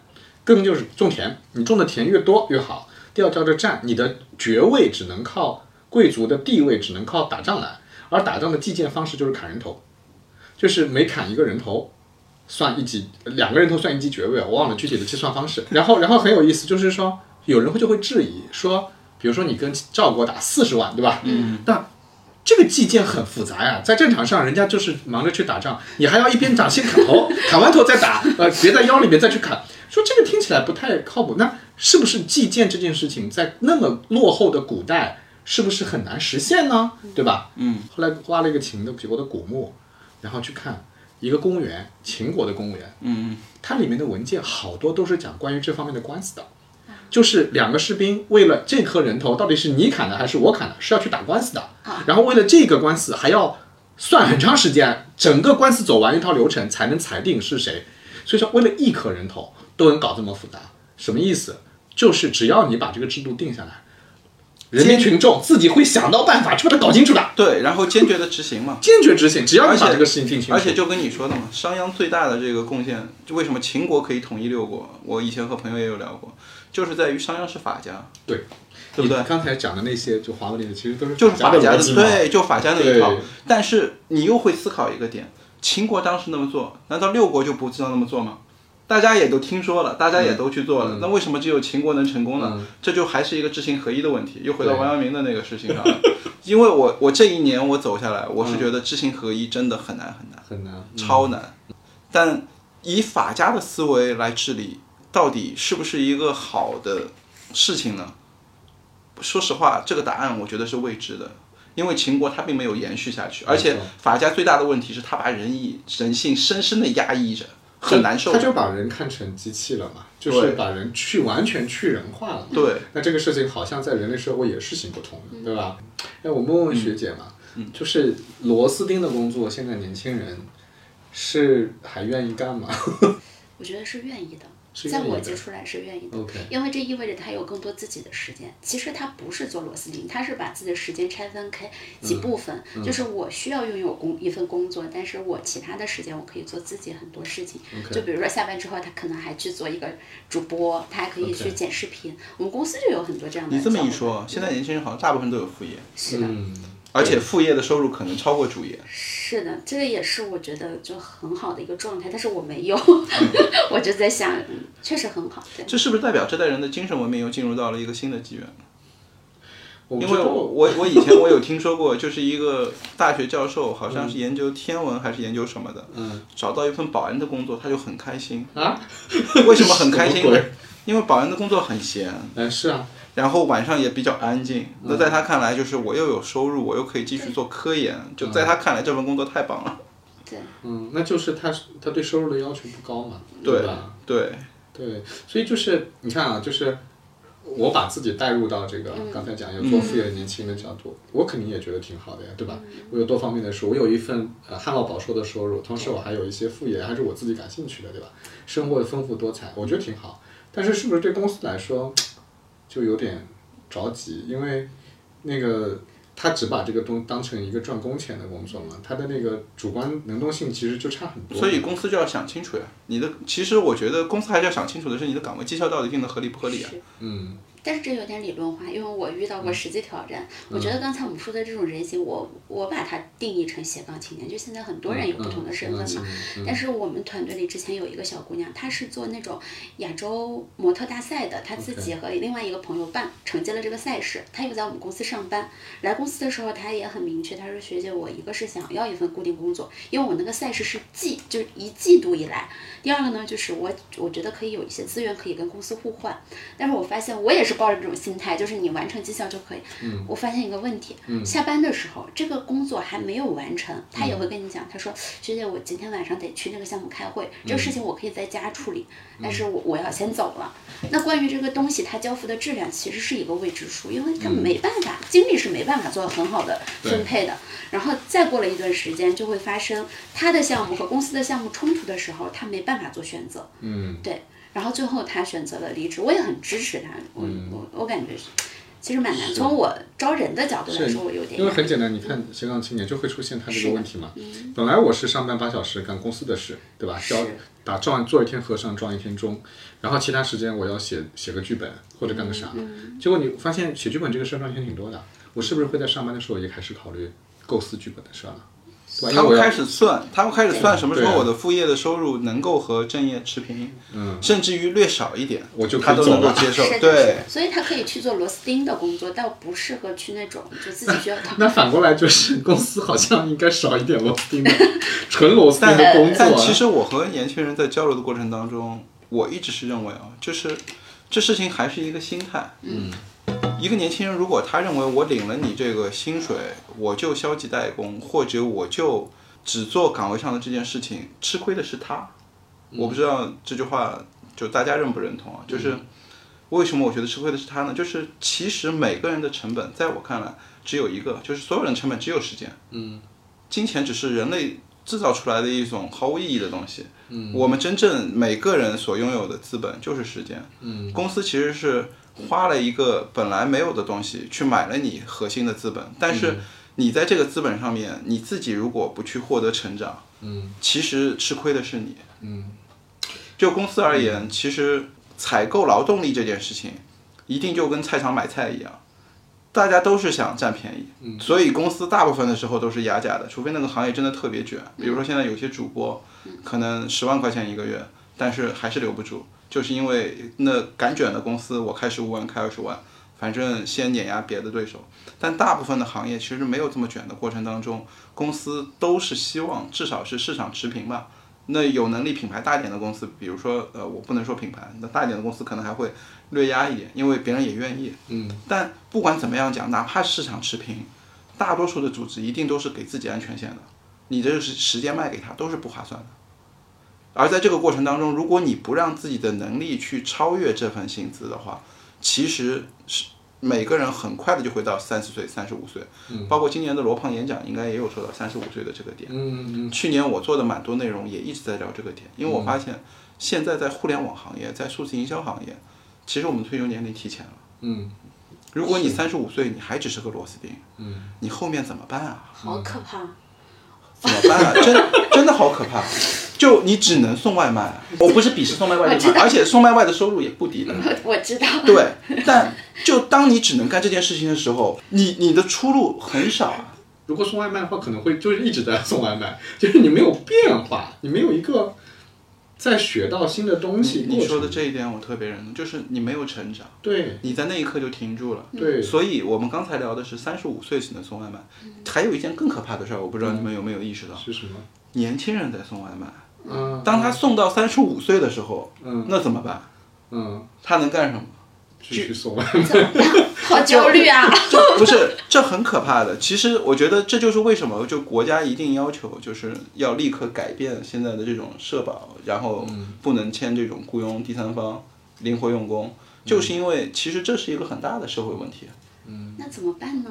D: 耕就是种田，你种的田越多越好。第二叫做战，你的爵位只能靠贵族的地位只能靠打仗来，而打仗的计件方式就是砍人头，就是每砍一个人头，算一级，两个人头算一级爵位，我忘了具体的计算方式。然后，然后很有意思，就是说有人会就会质疑说，比如说你跟赵国打四十万，对吧？嗯，那这个计件很复杂呀，在战场上人家就是忙着去打仗，你还要一边打先砍头， 砍完头再打，呃，别在腰里面再去砍。说这个听起来不太靠谱，那是不是计件这件事情在那么落后的古代，是不是很难实现呢？对吧？
A: 嗯，
D: 后来挖了一个秦的秦国的古墓，然后去看一个公园，秦国的公园，
A: 嗯，
D: 它里面的文件好多都是讲关于这方面的官司的，就是两个士兵为了这颗人头到底是你砍的还是我砍的，是要去打官司的。然后为了这个官司还要算很长时间，整个官司走完一套流程才能裁定是谁。所以说，为了一颗人头都能搞这么复杂，什么意思？就是只要你把这个制度定下来，人民群众自己会想到办法去把它搞清楚的，
A: 对，然后坚决的执行嘛。
D: 坚决执行。只要
A: 而
D: 你
A: 且
D: 把这个事情定清楚，
A: 而且就跟你说的嘛，商鞅最大的这个贡献，就为什么秦国可以统一六国？我以前和朋友也有聊过，就是在于商鞅是法家，
D: 对，
A: 对不对
D: 你刚才讲的那些就华为里的，其实都是
A: 就是法家
D: 的
A: 的，
D: 逻辑嘛，
A: 对，就法家那一套
D: 对。
A: 但是你又会思考一个点：秦国当时那么做，难道六国就不知道那么做吗？大家也都听说了，大家也都去做了，那为什么只有秦国能成功呢？
D: 嗯
A: 这就还是一个知行合一的问题，又回到
D: 对
A: 王阳明的那个事情上了。 因为我我这一年我走下来，我
D: 嗯
A: 是觉得知行合一真的很难很难。
D: 很难嗯
A: 超难。但以法家的思维来治理，到底是不是一个好的事情呢？说实话，这个答案我觉得是未知的，因为秦国它并没有延续下去，而且
D: 没错
A: 法家最大的问题是它把人以人性深深的压抑着，很难受
D: 他。就把人看成机器了嘛，就是
A: 对
D: 把人去完全去人化了嘛。
A: 对，
D: 那这个事情好像在人类社会也是行不通的，对吧？哎，我们问问学姐嘛，
A: 嗯
D: 就是螺丝钉的工作，现在年轻人是还愿意干吗
E: 我觉得是愿意的，
D: 是
E: 在
D: 愿意
E: 我
D: 的
E: 接触来是愿意的。
D: ？OK，
E: 因为这意味着他有更多自己的时间。其实他不是做螺丝钉，他是把自己的时间拆分开几
D: 嗯
E: 部分，就是我需要拥有工一份工作，但是我其他的时间我可以做自己很多事情。
D: OK
E: 就比如说下班之后，他可能还去做一个主播，他还可以
D: OK
E: 去剪视频。我们公司就有很多这样的。
A: 你这么一，说，现在年轻人好像大部分都有副业，
E: 是的，
D: 嗯，
A: 而且副业的收入可能超过主业。
E: 是的，这个也是我觉得就很好的一个状态，但是我没 有，我就在想，嗯确实很好。对，
A: 这是不是代表这代人的精神文明又进入到了一个新的纪元？
D: 我不
A: 因
D: 知
A: 为
D: 道
A: 我我我以前我有听说过，就是一个大学教授，好像是研究天文还是研究什么的，
D: 嗯
A: 找到一份保安的工作，他就很开心。
D: 啊，
A: 为什么很开心
D: 什么
A: 呢
D: 鬼？
A: 因为保安的工作很闲，
D: 嗯，是啊，
A: 然后晚上也比较安静。
D: 嗯
A: 那在他看来，就是我又有收入，我又可以继续做科研。就在他看来，这份工作太棒了。
E: 对，
D: 嗯，那就是他他对收入的要求不高嘛，
A: 对
D: 吧？
A: 对，
D: 对，所以就是你看啊，就是我把自己带入到这个刚才讲有做副业的年轻人的角度，我肯定也觉得挺好的呀，对吧？我有多方面的收入，我有一份呃旱涝保收的收入，同时我还有一些副业，还是我自己感兴趣的，对吧？生活丰富多彩，我觉得挺好。但是是不是对公司来说就有点着急？因为那个他只把这个东当成一个赚工钱的工作嘛，他的那个主观能动性其实就差很多。
A: 所以公司就要想清楚呀。你的其实我觉得公司还是要想清楚的是，你的岗位绩效到底定的合理不合理啊？嗯
E: 是
D: 嗯，
E: 但是这有点理论化，因为我遇到过实际挑战。我觉得刚才我们说的这种人型，我我把它定义成斜杠青年，就现在很多
A: 嗯
E: 人有不同的身份嘛。但是我们团队里之前有一个小姑娘，她是做那种亚洲模特大赛的，她自己和另外一个朋友办承接了这个赛事，她又在我们公司上班。来公司的时候，她也很明确，她说：“学姐，我一个是想要一份固定工作，因为我那个赛事是季，就是一季度以来。第二个呢，就是我我觉得可以有一些资源可以跟公司互换。但是我发现我也是抱着这种心态，就是你完成绩效就可以。我发现一个问题，下班的时候这个工作还没有完成，他也会跟你讲，他说：“学姐，我今天晚上得去那个项目开会，这个事情我可以在家处理，但是我我要先走了。”那关于这个东西，它交付的质量其实是一个未知数，因为它没办法，精力是没办法做很好的分配的。然后再过了一段时间，就会发生他的项目和公司的项目冲突的时候，他没办法做选择。
D: 嗯，
E: 对，然后最后他选择了离职，我也很支持他，我、
D: 嗯
E: 我我感觉是其实蛮难。从我招人的角度来
D: 是
E: 说，我有点
D: 因为
E: 压
D: 很
E: 力嗯
D: 简单，你看斜杠青年就会出现他这
E: 是
D: 个
E: 的
D: 问题嘛。本来我是上班八小时干公司的事，对吧？
E: 是
D: 要打撞做一天和尚撞一天钟，然后其他时间我要写写个剧本或者干个啥。
E: 嗯
D: 结果你发现写剧本这个事儿赚钱挺多的，我是不是会在上班的时候也开始考虑构思剧本的事儿了？对吧？因
A: 他
D: 为我
A: 们
D: 要
A: 开始算，他们开始算什么时
D: 对
A: 候
D: 啊
A: 我的副业的收入能够和正业持平，
D: 嗯
A: 甚至于略少一点，
D: 我就可以
A: 他都能
D: 走
A: 够
D: 了
A: 接受
E: 是。的是
A: 对
E: 的，所以他可以去做螺丝钉的工作，倒不适合去那种就自己需要
D: 那反过来 就是公司好像应该少一点螺丝钉的， 纯螺丝钉的工作啊。
A: 但其实我和年轻人在交流的过程当中，我一直是认为啊，就是这事情还是一个心态。嗯，一个年轻人如果他认为我领了你这个薪水，我就消极怠工，或者我就只做岗位上的这件事情，吃亏的是他。
D: 嗯
A: 我不知道这句话就大家认不认同啊？就是
D: 嗯
A: 为什么我觉得吃亏的是他呢？就是其实每个人的成本，在我看来只有一个，就是所有人的成本只有时间。嗯，金钱只是人类制造出来的一种毫无意义的东西。嗯，我们真正每个人所拥有的资本就是时间。嗯，公司其实是花了一个本来没有的东西去买了你核心的资本，但是你在这个资本上面，你自己如果不去获得成长，嗯，其实吃亏的是你。嗯，就公司而言，其实采购劳动力这件事情，一定就跟菜场买菜一样。大家都是想占便宜，所以公司大部分的时候都是压价的，除非那个行业真的特别卷。比如说现在有些主播，可能十万块钱一个月，但是还是留不住，就是因为那敢卷的公司，我开十五万，开二十万，反正先碾压别的对手。但大部分的行业其实没有这么卷的过程当中，公司都是希望至少是市场持平吧。那有能力品牌大一点的公司，比如说呃，我不能说品牌，那大一点的公司可能还会略压一点，因为别人也愿意。但不管怎么样讲，哪怕市场持平，大多数的组织一定都是给自己安全线的。你这个时时间卖给他都是不划算的。而在这个过程当中，如果你不让自己的能力去超越这份薪资的话，其实是每个人很快的就会到三十岁、三十五岁，包括今年的罗胖演讲应该也有说到三十五岁的这个点。
D: 嗯嗯
A: 去年我做的蛮多内容也一直在聊这个点，因为我发现现在在互联网行业、在数字营销行业，其实我们退休年龄提前了。
D: 嗯，
A: 如果你三十五岁，你还只是个螺丝钉，嗯，你后面怎么办啊？
E: 好可怕。
A: 怎么办啊？真 真的好可怕，就你只能送外卖啊。我不是鄙视送外卖的地 方，而且送外卖的收入也不 低的。
E: 我知道，
A: 对，但就当你只能干这件事情的时候，你你的出路很少啊。
D: 如果送外卖的话，可能会就是一直在送外卖， 就是你没有变化，你没有一个在学到新的东西
A: 你
D: 过程。
A: 你说的这一点我特别认同，就是你没有成长，
D: 对
A: 你在那一刻就停住了。
D: 对，
A: 所以我们刚才聊的是三十五岁只能送外卖，还有一件更可怕的事儿，我不知道你们有没有意识到，
D: 是什么？
A: 年轻人在送外卖。
D: 嗯，
A: 当他送到三十五岁的时候，
D: 嗯
A: 那怎么办？
D: 嗯
A: 他能干什么？
D: 继续送外
E: 好焦 虑啊！
A: 不是，这很可怕的。其实我觉得这就是为什么就国家一定要求，就是要立刻改变现在的这种社保，然后
D: 嗯
A: 不能签这种雇佣第三方、灵活用工，就是
D: 嗯
A: 因为其实这是一个很大的社会问题。
E: 那怎么办呢？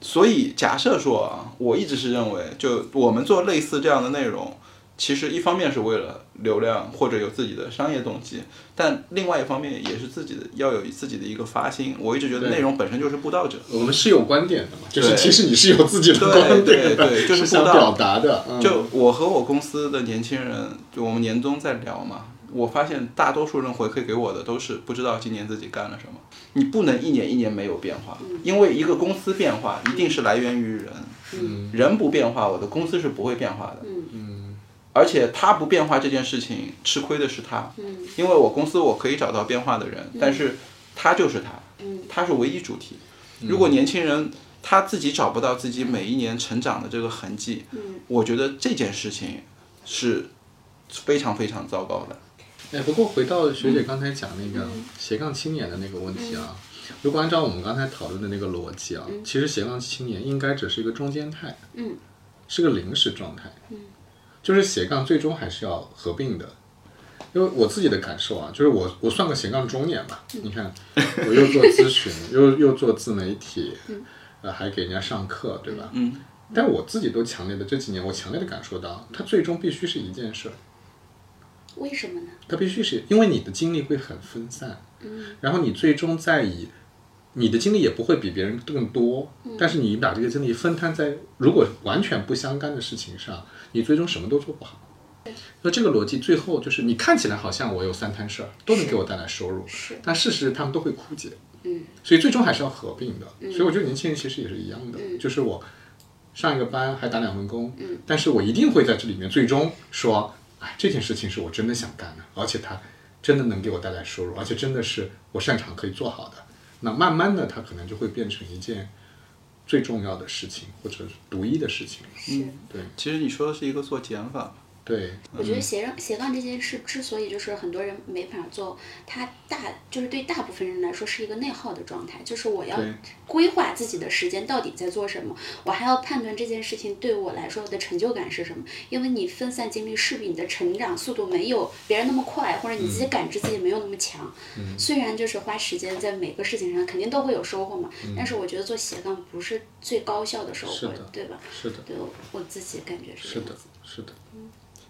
A: 所以假设说啊，我一直是认为，就我们做类似这样的内容，其实一方面是为了流量或者有自己的商业动机，但另外一方面也是自己的要有自己的一个发心。我一直觉得
D: 对
A: 内容本身就是布道者，
D: 我们是有观点的嘛，就是
A: 对
D: 其实你是有自己的
A: 对
D: 观点
A: 对
D: 的，
A: 对就是
D: 想
A: 布道
D: 表达的。嗯
A: 就我和我公司的年轻人，就我们年终在聊嘛，我发现大多数人回馈给我的都是不知道今年自己干了什么。你不能一年一年没有变化，因为一个公司变化一定是来源于人，人不变化，我的公司是不会变化的。而且他不变化这件事情，吃亏的是他，因为我公司我可以找到变化的人，但是他就是他，他是唯一主体。如果年轻人他自己找不到自己每一年成长的这个痕迹，我觉得这件事情是非常非常糟糕的。
D: 哎，不过回到学姐刚才讲那个斜杠青年的那个问题啊，如果按照我们刚才讨论的那个逻辑啊，其实斜杠青年应该只是一个中间态，
E: 嗯，
D: 是个临时状态，嗯，就是斜杠最终还是要合并的。因为我自己的感受啊，就是我我算个斜杠中年吧。你看，我又做咨询，又又做自媒体，呃，还给人家上课，对吧？
A: 嗯。
D: 但我自己都强烈的这几年，我强烈的感受到，它最终必须是一件事儿，
E: 为什么呢？
D: 它必须是因为你的精力会很分散，然后你最终在以你的精力也不会比别人更多，但是你把这个精力分摊在如果完全不相干的事情上，你最终什么都做不好。那这个逻辑最后就是，你看起来好像我有三摊事儿都能给我带来收入，
E: 是
D: 但事实他们都会枯竭，
E: 嗯，
D: 所以最终还是要合并的。所以我觉得年轻人其实也是一样的，就是我上一个班还打两份工，嗯，但是我一定会在这里面最终说，哎，这件事情是我真的想干的，而且它真的能给我带来收入，而且真的是我擅长可以做好的。那慢慢的，它可能就会变成一件最重要的事情，或者是独一的事情。
E: 是。
D: 对
A: 其实你说的是一个做减法，
D: 对，
E: 我觉得斜杠斜杠这件事之所以就是很多人没法做，它大就是对大部分人来说是一个内耗的状态，就是我要
D: 对
E: 规划自己的时间到底在做什么，我还要判断这件事情对我来说的成就感是什么，因为你分散精力势必你的成长速度没有别人那么快，或者你自己感知自己没有那么强。
D: 嗯
E: 虽然就是花时间在每个事情上肯定都会有收获嘛，但是我觉得做斜杠不是最高效的收
D: 嗯是
E: 获
D: 的，
E: 对吧？
D: 是的，
E: 对我我自己感觉是这
D: 是
E: 样
D: 的
E: 子，
D: 是的，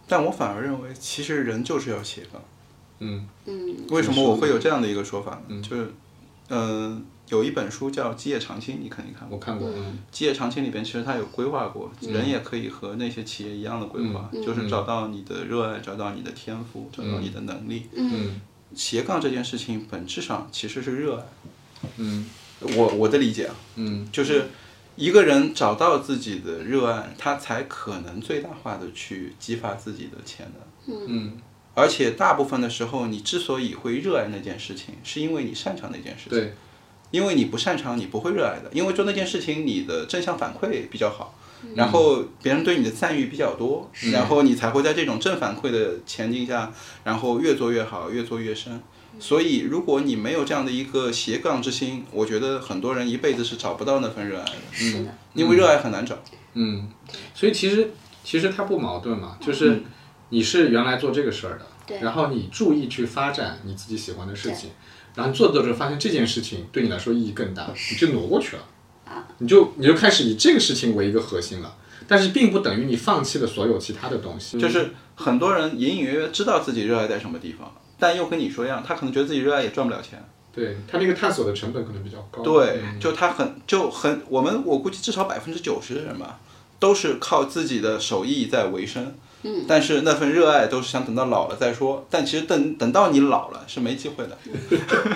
A: 但我反而认为，其实人就是要斜杠。
D: 嗯，
E: 嗯
A: 为什么我会有这样的一个说法呢？就是，嗯、有一本书叫《基业长青》，你肯定看过。嗯
D: 我看过，嗯
A: 基业长青里边，其实它有规划过，人也可以和那些企业一样的规划，就是找到你的热爱，找到你的天赋，找到你的能力。
D: 嗯
A: 斜杠这件事情本质上其实是热爱，
D: 嗯
A: 我我的理解啊，
D: 嗯，
A: 就是一个人找到自己的热爱，他才可能最大化的去激发自己的潜能。
D: 嗯，
A: 而且大部分的时候，你之所以会热爱那件事情，是因为你擅长那件事情。
D: 对，
A: 因为你不擅长，你不会热爱的。因为做那件事情，你的正向反馈比较好，然后别人对你的赞誉比较多，然后你才会在这种正反馈的前进下，然后越做越好，越做越深。所以，如果你没有这样的一个斜杠之心，我觉得很多人一辈子是找不到那份热爱的，
E: 是的。
A: 因为热爱很难找。
D: 嗯，所以其实其实它不矛盾嘛，就是你是原来做这个事儿的，
E: 对
D: 然后你注意去发展你自己喜欢的事情，然后你做着做着发现这件事情对你来说意义更大，你就挪过去了，你就你就开始以这个事情为一个核心了，但是并不等于你放弃了所有其他的东西，
A: 就是很多人隐隐约约知道自己热爱在什么地方，但又跟你说一样，他可能觉得自己热爱也赚不了钱。
D: 对它那个探索的成本可能比较高，
A: 对，
D: 嗯
A: 就他很就很，我们我估计至少百分之九十的人吧，都是靠自己的手艺在维生。嗯，但是那份热爱都是想等到老了再说，但其实等等到你老了是没机会的。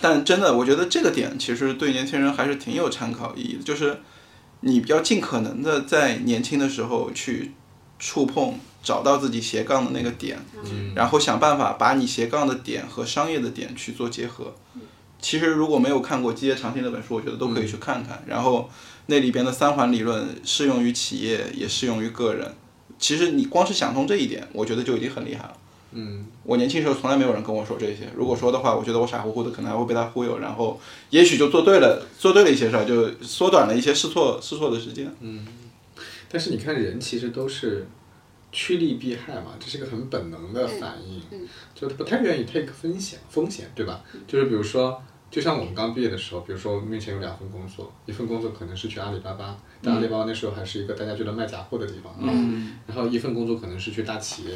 A: 但真的，我觉得这个点其实对年轻人还是挺有参考意义的，就是你要尽可能的在年轻的时候去触碰、找到自己斜杠的那个点，然后想办法把你斜杠的点和商业的点去做结合。其实如果没有看过《基业长青》那本书，我觉得都可以去看
D: 嗯
A: 看。然后那里边的三环理论适用于企业，也适用于个人。其实你光是想通这一点，我觉得就已经很厉害了。
D: 嗯，
A: 我年轻时候从来没有人跟我说这些，如果说的话，我觉得我傻乎乎的，可能还会被他忽悠，然后也许就做对了，做对了一些事儿，就缩短了一些试错试错的时间。
D: 嗯但是你看，人其实都是趋利避害嘛，这是一个很本能的反应，
E: 嗯
D: 就他不太愿意 take 风险，风险对吧？就是比如说，就像我们刚毕业的时候，比如说我面前有两份工作，一份工作可能是去阿里巴巴，
E: 嗯
D: 大家包那时候还是一个大家觉得卖杂货的地方，
A: 嗯，
D: 然后一份工作可能是去大企业，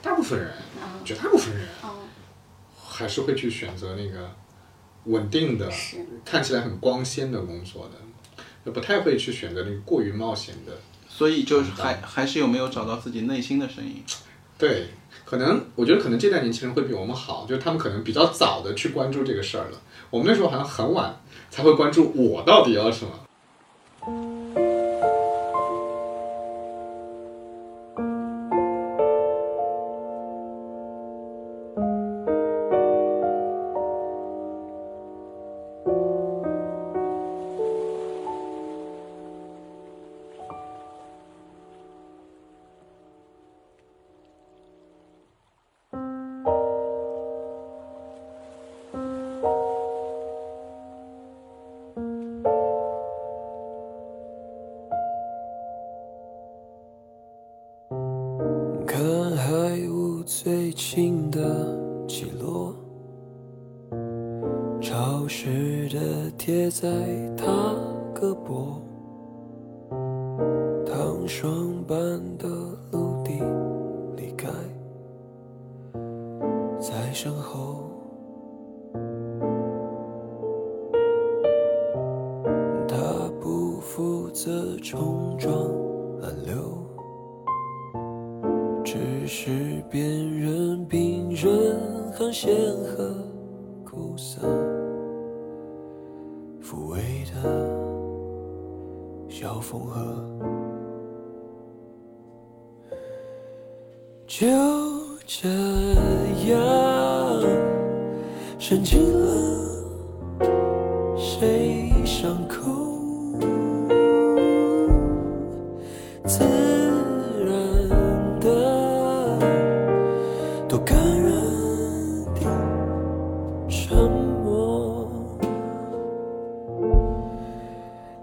D: 大部分人，绝大部分人
E: 哦，
D: 还是会去选择那个稳定的
E: 是、
D: 看起来很光鲜的工作的，就不太会去选择那个过于冒险的。
A: 所以
D: 嗯
A: 就是还还是有没有找到自己内心的声音？
D: 对，可能我觉得可能这代年轻人会比我们好，就是他们可能比较早的去关注这个事儿了。我们那时候好像很晚才会关注我到底要什么。
C: 看海雾最轻的起落，潮湿的贴在他胳膊，糖霜般的陆地离开，在身后。他不负责冲撞暗流。只是辨认病人航线和苦涩，抚慰的小缝合，就这样伸进了谁伤口？自然的，多感人的沉默。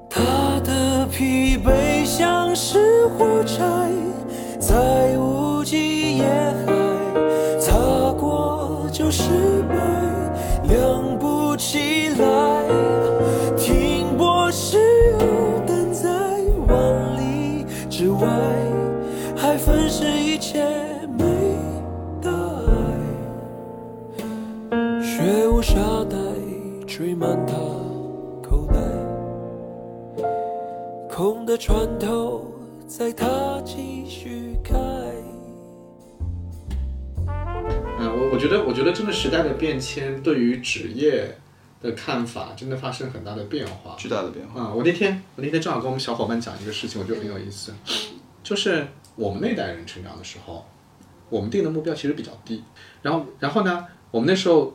C: 他的疲惫像是火柴，在无际野海擦过就失败，亮不起来。停泊时候，但在万里之外，还粉饰一切美的爱。雪无沙袋吹满他口袋，空的船头在他继续开。
D: 嗯，我我觉得，我觉得真的时代的变迁对于职业的看法真的发生很大的变化。
A: 巨大的变化。
D: 啊、我那天我那天正好跟我们小伙伴讲一个事情，我觉得很有意思，就是我们那代人成长的时候，我们定的目标其实比较低，然后然后呢，我们那时候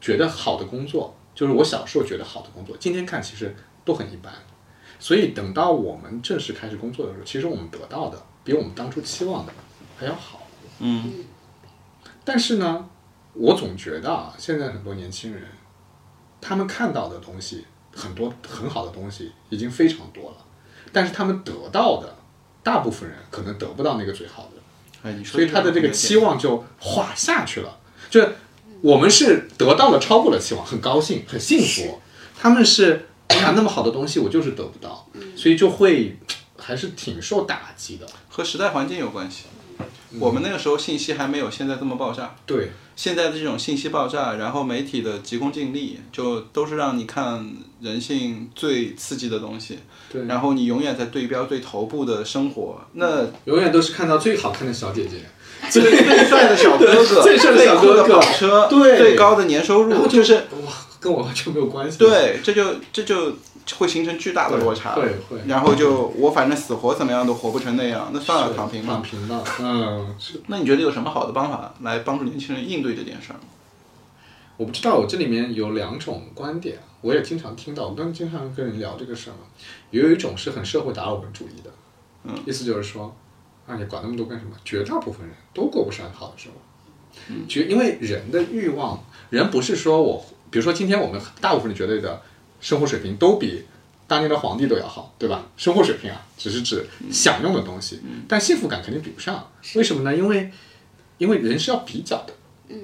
D: 觉得好的工作，就是我小时候觉得好的工作，今天看其实都很一般，所以等到我们正式开始工作的时候，其实我们得到的比我们当初期望的还要好。
A: 嗯
D: 但是呢，我总觉得啊，现在很多年轻人，他们看到的东西，很多很好的东西已经非常多了，但是他们得到的，大部分人可能得不到那个最好的，
A: 哎，你说
D: 所以他的这个期望就滑下去了。就是我们是得到了超过了期望，很高兴，很幸福。他们是哎呀，那么好的东西我就是得不到，所以就会还是挺受打击的。
A: 和时代环境有关系。我们那个时候信息还没有现在这么爆炸，
D: 对，
A: 现在的这种信息爆炸，然后媒体的急功近利，就都是让你看人性最刺激的东西，
D: 对
A: 然后你永远在对标最头部的生活， 那
D: 永远都是看到最好看的小 姐姐。
A: 最最帅的小哥哥，
D: 最帅的小哥
A: 最
D: 哥
A: 酷的跑车，
D: 对
A: 最高的年收入，就是
D: 哇，跟我完全没有关系。
A: 对，这就这就会形成巨大的落差，
D: 会会
A: 然后就我反正死活怎么样都活不成那样，那算了，
D: 是
A: 躺平吧
D: 躺。平了。嗯，是
A: 那你觉得有什么好的办法来帮助年轻人应对这件事儿吗？
D: 我不知道，我这里面有两种观点，我也经常听到，我跟经常跟人聊这个事儿嘛。有一种是很社会达尔文主义的，
A: 嗯，
D: 意思就是说，啊，你管那么多干什么？绝大部分人都过不上好的生活，绝因为人的欲望，人不是说我，比如说今天我们大部分人觉得的生活水平都比。当年的皇帝都要好，对吧？生活水平啊，只是指享用的东西，但幸福感肯定比不上。为什么呢？因为，因为人是要比较的，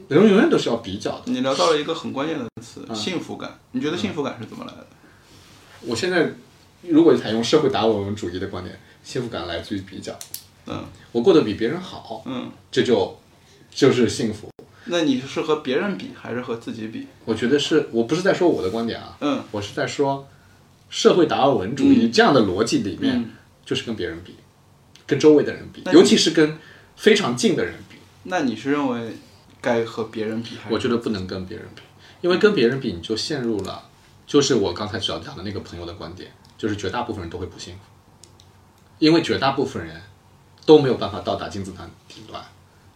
D: 人永远都是要比较的。
A: 你聊
D: 嗯
A: 到了一个很关键的词，幸福感。你觉得幸福感是怎么来的？
D: 我现在如果采用社会达尔文主义的观点，幸福感来自于比较，
A: 嗯
D: 我过得比别人好，
A: 嗯，
D: 这就就是幸福。
A: 那你是和别人比还是和自己比？
D: 我觉得是我不是在说我的观点啊，
A: 嗯
D: 我是在说社会达尔文主义这样的逻辑里面，
A: 嗯
D: 就是跟别人比，跟周围的人比，
A: 那你
D: 尤其是跟非常近的人比，
A: 那你是认为该和别人比还是？
D: 我觉得不能跟别人比，因为跟别人比你就陷入了，就是我刚才只要讲的那个朋友的观点，就是绝大部分人都会不幸福，因为绝大部分人都没有办法到达金字塔顶端，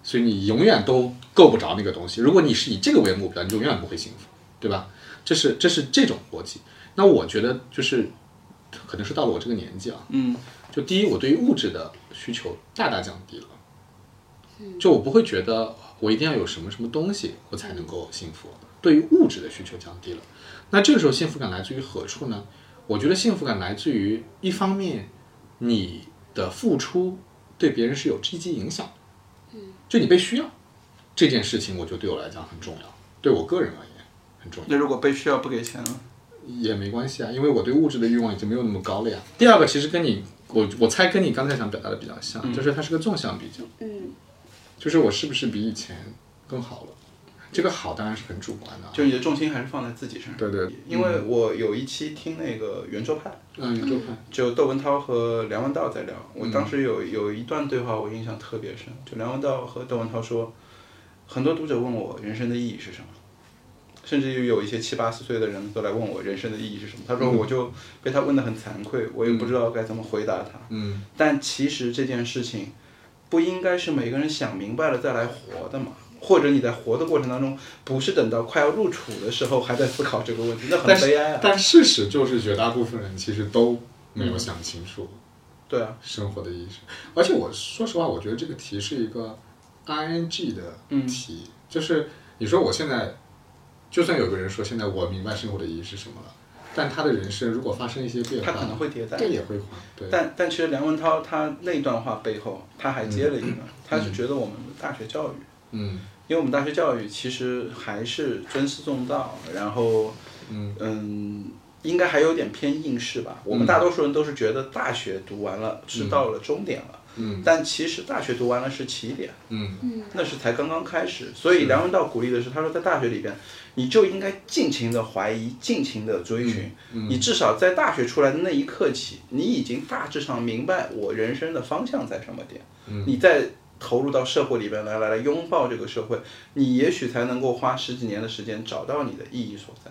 D: 所以你永远都够不着那个东西。如果你是以这个为目标，你永远不会幸福，对吧？这是这是这种逻辑。那我觉得就是，可能是到了我这个年纪啊，
A: 嗯
D: 就第一，我对于物质的需求大大降低了，就我不会觉得我一定要有什么什么东西我才能够幸福，对于物质的需求降低了。那这个时候幸福感来自于何处呢？我觉得幸福感来自于一方面你的付出对别人是有积极影响的，就你被需要这件事情，我觉得对我来讲很重要，对我个人而言很重要。
A: 那如果被需要不给钱呢？
D: 也没关系啊，因为我对物质的欲望已经没有那么高了呀。第二个其实跟你，我我猜跟你刚才想表达的比较像，就是它是个纵向比较，
E: 嗯，
D: 就是我是不是比以前更好了？这个好当然是很主观的啊，
A: 就是你的重心还是放在自己身上。
D: 对嗯对
A: 因为我有一期听那个圆桌派，
D: 嗯，你就看，
A: 就窦文涛和梁文道在聊，我
D: 嗯
A: 当时有有一段对话我印象特别深，就梁文道和窦文涛说，很多读者问我人生的意义是什么，甚至于有一些七八十岁的人都来问我人生的意义是什么，他
D: 嗯
A: 说我就被他问得很惭愧，我也不知道该怎么回答他，
D: 嗯
A: 但其实这件事情不应该是每个人想明白了再来活的嘛。或者你在活的过程当中，不是等到快要入土的时候还在思考这个问题，那很
D: 但是
A: 悲哀啊。
D: 但事实就是绝大部分人其实都没有想清楚
A: 对啊，
D: 生活的意识，而且我说实话，我觉得这个题是一个 ing 的
A: 嗯
D: 题，就是你说我现在，就算有个人说现在我明白生活的意义是什么了，但他的人生如果发生一些变
A: 他
D: 化，
A: 可能会迭代。
D: 他也会换，对，
A: 但但其实梁文涛他那段话背后，他还接了一个，他是觉得我们的大学教育，
D: 嗯
A: 因为我们大学教育其实还是尊师重道，然后
D: 嗯
A: 嗯，应该还有点偏应试吧。我们大多数人都是觉得大学读完了是到了终点了，
D: 嗯
A: 但其实大学读完了是起点，
D: 嗯
A: 那是才刚刚开始。所以梁文道鼓励的是，他说在大学里边，你就应该尽情的怀疑，尽情的追寻。
D: 嗯
A: 你至少在大学出来的那一刻起，你已经大致上明白我人生的方向在什么点。你再投入到社会里边来，来来拥抱这个社会，你也许才能够花十几年的时间找到你的意义所在。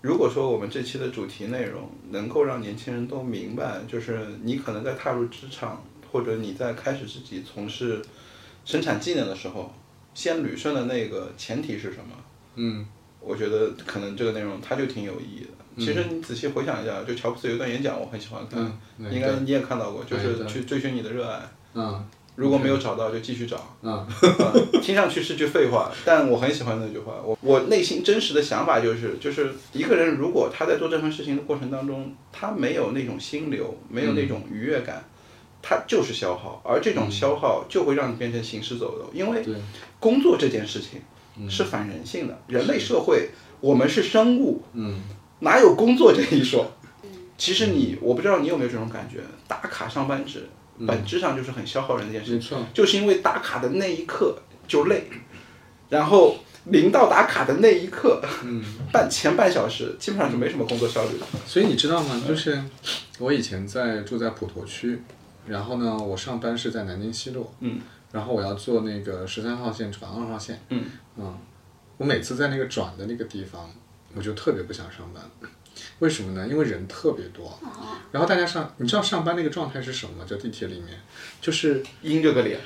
A: 如果说我们这期的主题内容能够让年轻人都明白，就是你可能在踏入职场，或者你在开始自己从事生产技能的时候，先捋顺的那个前提是什么？
D: 嗯
A: 我觉得可能这个内容它就挺有意义的。其实你仔细回想一下，就乔布斯有一段演讲，我很喜欢看，
D: 嗯嗯
A: 应该
D: 对
A: 你也看到过，就
D: 哎
A: 是
D: 对
A: 去追寻你的热爱，
D: 嗯
A: 如果没有找到就继续找。
D: 嗯
A: 啊 听上去是句废话，但我很喜欢那句话。我我内心真实的想法就是，就是一个人如果他在做这份事情的过程当中，他没有那种心流，没有那种愉悦感，他就是消耗，而这种消耗就会让你变成行尸走肉，因为
D: 嗯对嗯
A: 工作这件事情是反人性的，人类社会我们是生物，
D: 嗯
A: 哪有工作这一说？其实你，我不知道你有没有这种感觉，打卡上班制
D: 嗯
A: 本质上就是很消耗人的一件事
D: 没
A: 情。
D: 错，
A: 就是因为打卡的那一刻就累，然后临到打卡的那一刻，半前半小时基本上就没什么工作效率了。
D: 所以你知道吗？就是我以前在住在普陀区，然后呢，我上班是在南京西路，
A: 嗯
D: 然后我要坐那个十三号线转二号线，
A: 嗯
D: 嗯，我每次在那个转的那个地方，我就特别不想上班，为什么呢？因为人特别多，然后大家上，你知道上班那个状态是什么吗？就地铁里面，就是
A: 阴着个脸，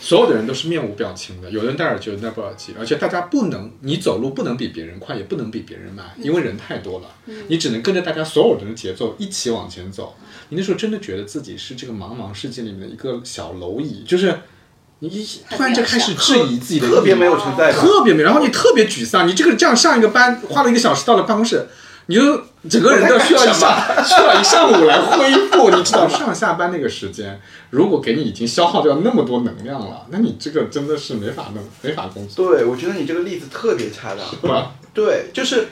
D: 所有的人都是面无表情的，有人戴耳机，有人戴不耳机，而且大家不能，你走路不能比别人快，也不能比别人慢，
A: 嗯
D: 因为人太多了，你只能跟着大家所有人的节奏一起往前走。你那时候真的觉得自己是这个茫茫世界里面的一个小蝼蚁，就是你一突然就开始质疑自己的意义，
A: 特别没有存在感。
D: 特别没，然后你特别沮丧，你这个这样上一个班花了一个小时到了办公室，你就整个人都需要一下 需要一上午来恢 复，你知道上下班那个时间，如果给你已经消耗掉那么多能量了，那你这个真的是没法弄，没法工作，
A: 对，我觉得你这个例子特别恰当。
D: 是吧？
A: 对，就是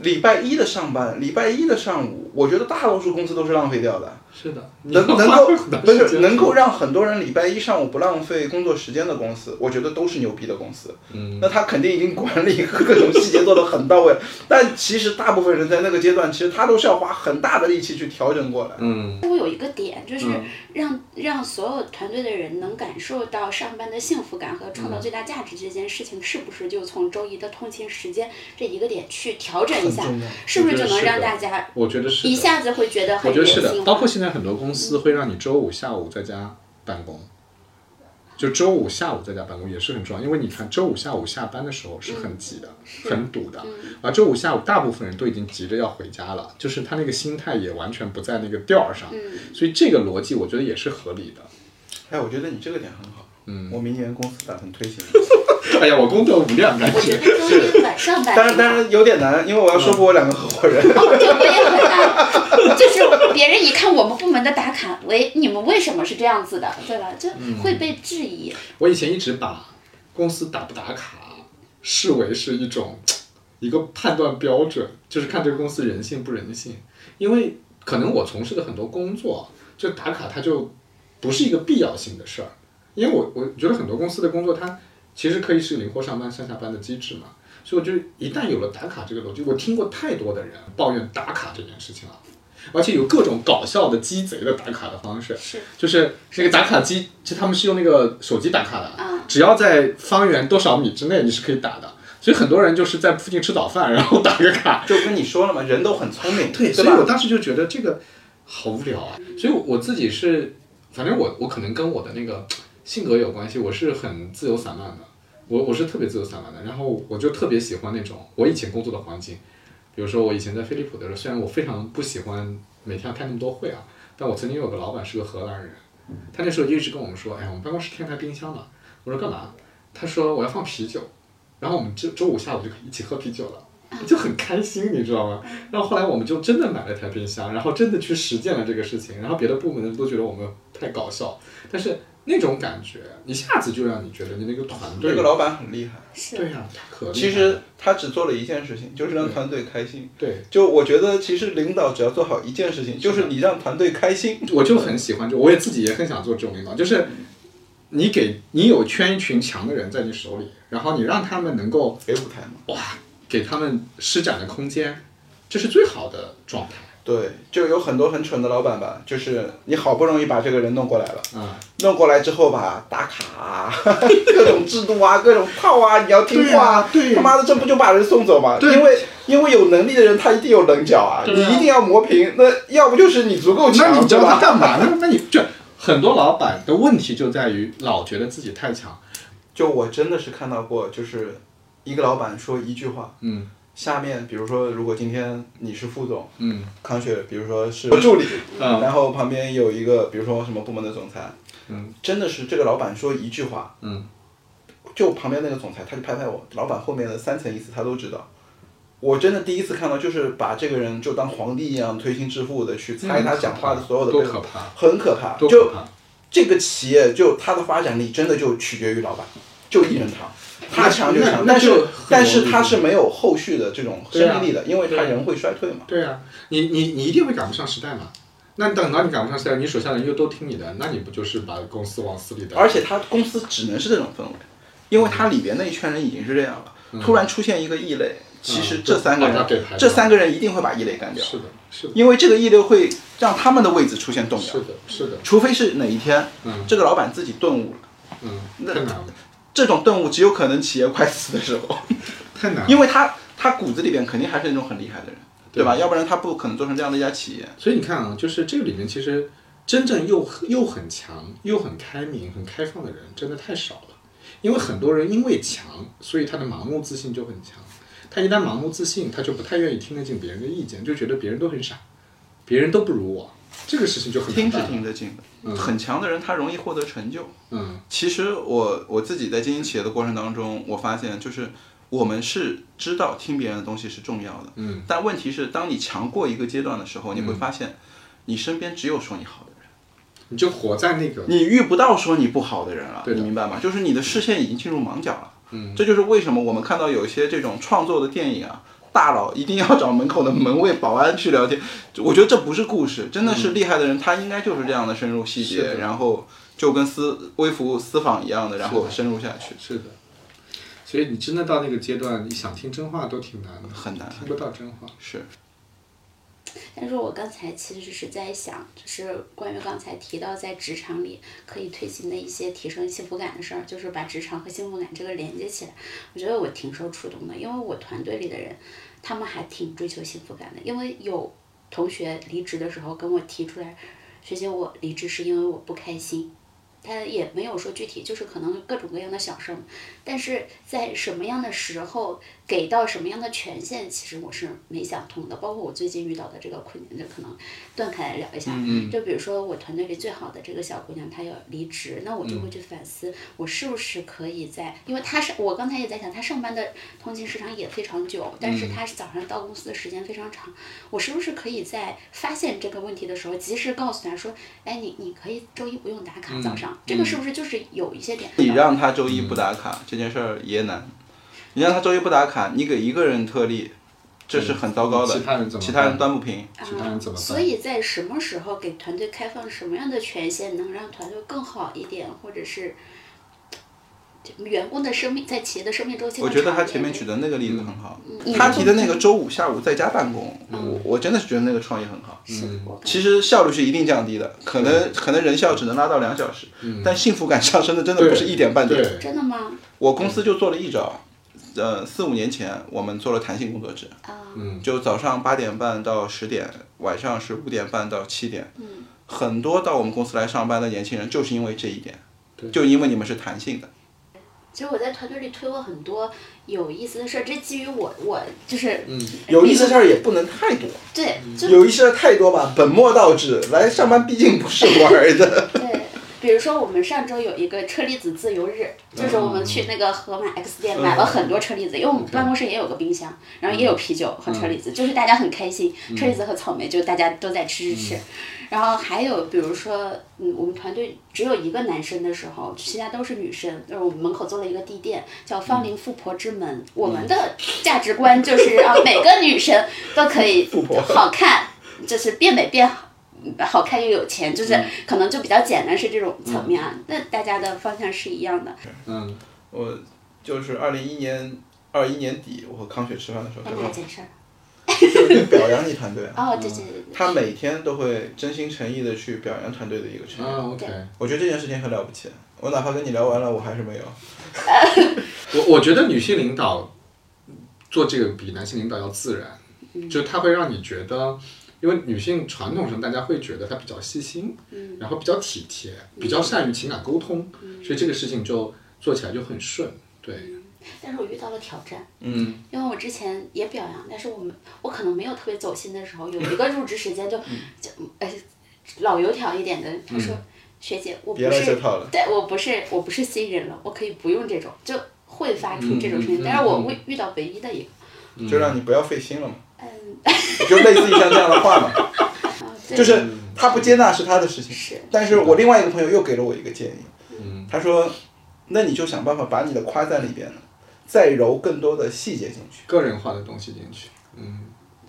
A: 礼拜一的上班，礼拜一的上午，我觉得大多数公司都是浪费掉的。
D: 是的，
A: 能能够不
D: 时
A: 是
D: 间
A: 能够让很多人礼拜一上午不浪费工作时间的公司，我觉得都是牛逼的公司。
D: 嗯，
A: 那他肯定已经管理各种细节做得很到位了，但其实大部分人在那个阶段，其实他都是要花很大的力气去调整过来。
D: 嗯
E: 我有一个点，就是
D: 嗯
E: 让、让所有团队的人能感受到上班的幸福感和创造最大价值这件事情，是不是就从周一的通勤时间这一个点去调整一下
A: 很重要，
E: 是不
D: 我
E: 是
D: 觉
E: 就
D: 得
E: 能
D: 是
E: 让
D: 的
E: 大家
D: 我觉得是
E: 一
D: 的
E: 下子会觉得
D: 我
E: 很
D: 觉
E: 人
D: 得是的，
E: 性化？
D: 包括现在很多公司会让你周五下午在家办公，就周五下午在家办公也是很重要，因为你看周五下午下班的时候是很挤的，很堵的，而周五下午大部分人都已经急着要回家了，就是他那个心态也完全不在那个调儿上，所以这个逻辑我觉得也是合理的。
A: 哎，我觉得你这个点很好。嗯，我明年公司打算推行，
D: 哎呀，我功德无量，感
E: 我觉
D: 觉
E: 得周一晚上班
A: 但是
E: 挺
A: 但
E: 好。
A: 是有点难，因为我要说服我两个合伙 人。
E: 这我也很难， 就是别人一看我们部门的打卡，喂，你们为什么是这样子的，对吧？就
D: 嗯
E: 会被质疑。
D: 我以前一直把公司打不打卡视为是一种一个判断标准，就是看这个公司人性不人性。因为可能我从事的很多工作，就打卡它就不是一个必要性的事儿。因为我我觉得很多公司的工作，它其实可以是灵活上班、上下班的机制嘛。所以我觉得一旦有了打卡这个逻辑，我听过太多的人抱怨打卡这件事情了。而且有各种搞笑的鸡贼的打卡的方式，
E: 是
D: 就是那个打卡机，就他们是用那个手机打卡的，
E: 嗯
D: 只要在方圆多少米之内你是可以打的，所以很多人就是在附近吃早饭，然后打个卡。
A: 就跟你说了嘛，人都很聪明，
D: 对，
A: 对
D: 所以我
A: 吧？
D: 当时就觉得这个好无聊啊，所以我自己是，反正我我可能跟我的那个性格有关系，我是很自由散漫的，我我是特别自由散漫的，然后我就特别喜欢那种我以前工作的环境，比如说我以前在飞利浦的时候，虽然我非常不喜欢每天要开那么多会啊，但我曾经有个老板是个荷兰人，他那时候就一直跟我们说，哎，我们办公室天台冰箱了，我说干嘛？他说我要放啤酒，然后我们周周五下午就可以一起喝啤酒了。就很开心，你知道吗？然后后来我们就真的买了台冰箱，然后真的去实践了这个事情，然后别的部门的都觉得我们太搞笑，但是那种感觉一下子就让你觉得你那个团队
A: 这个老板很厉害，
D: 对呀、太可厉害了
A: 其实他只做了一件事情，就是让团队开心。
D: 对，
A: 就我觉得，其实领导只要做好一件事情，就是你让团队开心。
D: 我就很喜欢这，我也自己也很想做这种领导，就是你给你有圈一群强的人在你手里，然后你让他们能够
A: 给舞台嘛。
D: 哇给他们施展的空间，这是最好的状态
A: 对，就有很多很蠢的老板吧，就是你好不容易把这个人弄过来了，
D: 啊、
A: 弄过来之后吧，打卡、啊， 各种制度啊，各种套啊，你要听话啊，
D: 对啊对
A: 他妈的这不就把人送走吗？
D: 对
A: 因为因为有能力的人他一定有棱角啊，
D: 对
A: 你
D: 啊
A: 一定要磨平，那要不就是你足够强，
D: 那
A: 对
D: 你教他
A: 吧？
D: 干嘛 呢？那你就很多老板的问题就在于老觉得自己太强，
A: 就我真的是看到过，就是一个老板说一句话，
D: 嗯
A: 下面比如说如果今天你是副总，
D: 嗯
A: 康雪，比如说是助理，
D: 嗯
A: 然后旁边有一个，比如说什么部门的总裁，
D: 嗯，
A: 真的是这个老板说一句话，
D: 嗯，
A: 就旁边那个总裁他就拍拍我，老板后面的三层意思他都知道。我真的第一次看到，就是把这个人就当皇帝一样推心置腹的去猜他讲话的所有的
D: 多
A: 背后
D: 可怕
A: 很可怕。
D: 多
A: 就
D: 可怕！
A: 这个企业，就它的发展力真的就取决于老板，就一人堂，他强就强，
D: 那那
A: 但
D: 就是很
A: 但
D: 容
A: 是
D: 易
A: 他是没有后续的这种生命力的，因为他
D: 对啊
A: 人会衰退嘛。
D: 对啊，你你你一定会赶不上时代嘛。那等到你赶不上时代，你手下人又都听你的，那你不就是把公司往死里带？
A: 而且他公司只能是这种氛围，因为他里边那一圈人已经是这样了，
D: 嗯
A: 突然出现一个异类，其实这三个人
D: 把他给排，掉
A: 这三个人一定会把异类干掉，
D: 是的，是的，
A: 因为这个异类会让他们的位置出现动摇
D: 是，的，是的，
A: 除非是哪一天
D: 嗯
A: 这个老板自己顿悟了，
D: 嗯，
A: 那
D: 太难了，
A: 这种顿悟只有可能企业快死的时候，
D: 太难了。
A: 因为他他骨子里边肯定还是那种很厉害的人，对吧？要不然他不可能做成这样的一家企业。
D: 所以你看啊，就是这个里面其实真正又又很强、又很开明、很开放的人真的太少了。因为很多人因为强，所以他的盲目自信就很强。他一旦盲目自信，他就不太愿意听得进别人的意见，就觉得别人都很傻，别人都不如我，这个事情就很
A: 听
D: 难
A: 是
D: 办
A: 听得进的，很强的人他容易获得成就。
D: 嗯
A: 其实我我自己在经营企业的过程当中，我发现就是我们是知道听别人的东西是重要的，
D: 嗯，
A: 但问题是，当你强过一个阶段的时候，你会发现你身边只有说你好的人，
D: 你就活在那个
A: 你遇不到说你不好的人了，
D: 对的
A: 你明白吗？就是你的视线已经进入盲角了。嗯，这就是为什么我们看到有一些这种创作的电影啊，大佬，一定要找门口的门卫、保安去聊天。我觉得这不是故事，真的是厉害的人，他应该就是这样的深入细
D: 是
A: 节，
D: 的
A: 然后就跟私微服私访一样的，然后深入下去。
D: 是的，所以你真的到那个阶段，你想听真话都挺难的，
A: 很难
D: 听不到真话。
A: 是，
E: 但是我刚才其实是在想，就是关于刚才提到在职场里可以推行的一些提升幸福感的事儿，就是把职场和幸福感这个连接起来。我觉得我挺受触动的，因为我团队里的人，他们还挺追求幸福感的。因为有同学离职的时候跟我提出来，学姐我离职是因为我不开心。他也没有说具体，就是可能各种各样的小事儿嘛，但是在什么样的时候给到什么样的权限，其实我是没想通的。包括我最近遇到的这个困难，就可能断开来聊一下。就比如说我团队里最好的这个小姑娘，她要离职，那我就会去反思，我是不是可以在，因为她是我刚才也在想，她上班的通勤时长也非常久，但是她早上到公司的时间非常长，我是不是可以在发现这个问题的时候，及时告诉她说，哎，你你可以周一不用打卡早上，这个是不是就是有一些点？
A: 你让他周一不打卡、这件事儿也难，你让他周一不打卡，你给一个人特例，这是很糟糕的，
D: 嗯其他人怎么办
A: 其他人端不平。
D: 其他人怎么办？
E: 啊所以在什么时候给团队开放什么样的权限，能让团队更好一点，或者是就员工的生命在企业的生命周期？
A: 我觉得他前面举的那个例子很好，
E: 嗯
A: 他提的那个周五下午在家办公，我我真的是觉得那个创意很好。
E: 是，我
A: 嗯
E: 感觉
A: 其实效率是一定降低的，可能可能人效只能拉到两小时，但幸福感上升的真的不是一点半点。
D: 对，
E: 真的吗？
A: 我公司就做了一招，呃，四五年前我们做了弹性工作制，
E: 啊、
D: 嗯
A: 就早上八点半到十点，晚上是五点半到七点。
E: 嗯
A: 很多到我们公司来上班的年轻人就是因为这一点，就因为你们是弹性的。
E: 其实我在团队里推过很多有意思的事儿，这基于我我就是、
A: 有意思事儿也不能太多，
E: 对，就
A: 有意思事儿太多吧，本末倒置。来上班毕竟不是玩儿的。
E: 对，比如说我们上周有一个车厘子自由日，就是我们去那个盒马 X 店买了很多车厘子，因为我们办公室也有个冰箱，然后也有啤酒和车厘子，就是大家很开心，车厘子和草莓就大家都在吃吃吃。然后还有比如说，嗯，我们团队只有一个男生的时候，其他都是女生。就是我们门口做了一个地垫，叫“芳龄富婆之门”我们的价值观就是让每个女生都可以好看，就是变美变好。好看又有钱，就是可能就比较简单，是这种层面啊。那、大家的方向是一样的，
D: 嗯，
A: 我就是二零一年二一年底，我和康雪吃饭的时候，
E: 那
A: 他
E: 哪
A: 说
E: 件事儿？
A: 就是表扬你团队啊，
E: 哦，对对对对，
A: 他每天都会真心诚意的去表扬团队的一个成员。
E: 嗯
D: 啊，OK，
A: 我觉得这件事情很了不起，啊我哪怕跟你聊完了，我还是没有。
D: 我我觉得女性领导做这个比男性领导要自然，
E: 嗯
D: 就它会让你觉得，因为女性传统上大家会觉得她比较细心，
E: 嗯
D: 然后比较体贴，比较善于情感沟通，所以这个事情就做起来就很顺。对，
E: 嗯但是我遇到了挑战。
A: 嗯，
E: 因为我之前也表扬，但是我们我可能没有特别走心的时候，有一个入职时间就
A: 嗯
E: 就呃老油条一点的，他说、学姐我不
A: 别来
E: 是
A: 这套了
E: 对我不是我不是新人了，我可以不用这种，就会发出这
A: 嗯
E: 种声音，但是我会遇到唯一的一个，
A: 就让你不要费心了嘛，
E: 嗯，
A: 就类似于像这样的话 嘛，
E: 啊对
A: 就是他不接纳是他的事情，
E: 是
A: 但是我另外一个朋友又给了我一个建议，他说，那你就想办法把你的夸赞里边再揉更多的细节进去，
D: 个人化的东西进去，嗯，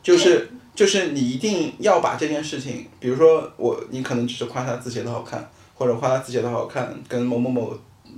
A: 就是就是你一定要把这件事情，比如说我，你可能只是夸他字写的好看，或者夸他字写的好看跟某某某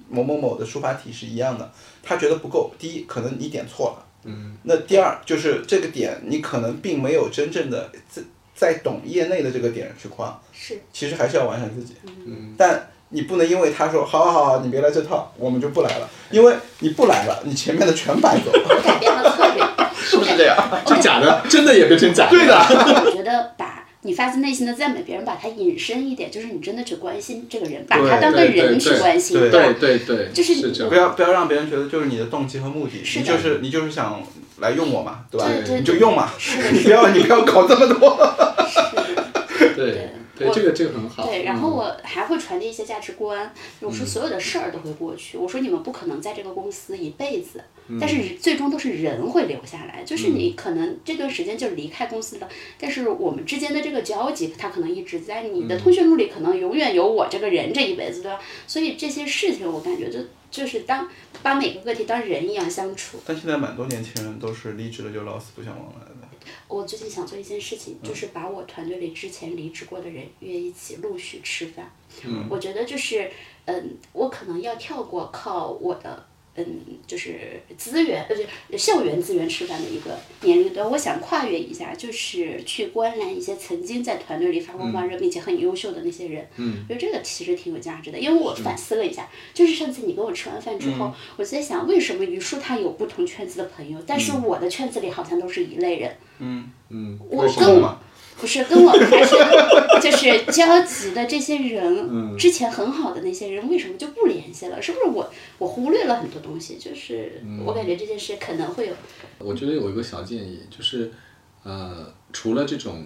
A: 某某某的书法体是一样的，他觉得不够，第一可能你点错了，嗯，那第二就是这个点你可能并没有真正的在在懂业内的这个点去夸，
E: 是
A: 其实还是要完善自己。
E: 嗯
D: 嗯
A: 但你不能因为他说好好好好，你别来这套，我们就不来了，
D: 嗯
A: 因为你不来了，你前面的全 白走，
E: 改变了策略。
A: 是不是这样？
D: 真假的，真的也变成假的，啊对的，
E: 我觉得把你发自内心的赞美别人，把它引申一点，就是你真的去关心这个人，把他当个
D: 对对
E: 人去
D: 对
E: 关心，
A: 对
E: 吧
D: 对对对，
E: 就是
D: 是这
A: 不
D: 样，
A: 要不要让别人觉得就是你的动机和目的，
E: 是
A: 你
E: 的
A: 就是你就是想来用我嘛，对吧？
E: 对对
A: 你就用嘛， 你不要你不要搞这么 多。
D: 对
E: 我
D: 对，这个这个很好，嗯
E: 对，然后我还会传递一些价值观。我说所有的事儿都会过去，我说你们不可能在这个公司一辈子，但是最终都是人会留下来。就是你可能这段时间就离开公司了，但是我们之间的这个交集，它可能一直在你的通讯录里，可能永远有我这个人这一辈子，对吧？所以这些事情我感觉就就是当把每个个体当人一样相处。
A: 但现在蛮多年轻人都是离职了就老死不相往来的。
E: 我最近想做一件事情，就是把我团队里之前离职过的人约一起陆续吃饭。
A: 嗯
E: 我觉得就是，嗯，我可能要跳过靠我的。嗯，就是资源，呃，就是校园资源吃饭的一个年龄段，我想跨越一下，就是去观澜一些曾经在团队里发光发热并且很优秀的那些人。
D: 嗯，
E: 我觉得这个其实挺有价值的，因为我反思了一下，就是上次你跟我吃完饭之后，我就在想，为什么于叔他有不同圈子的朋友，但是我的圈子里好像都是一类人。
A: 嗯，
D: 嗯，
E: 我
D: 为什
E: 跟
D: 么
E: 我
D: 嘛？
E: 不是跟我还是就是交集的这些人，之前很好的那些人，为什么就不联系了？是不是我我忽略了很多东西？就是我感觉这件事可能会有，
D: 我觉得有一个小建议，就是呃，除了这种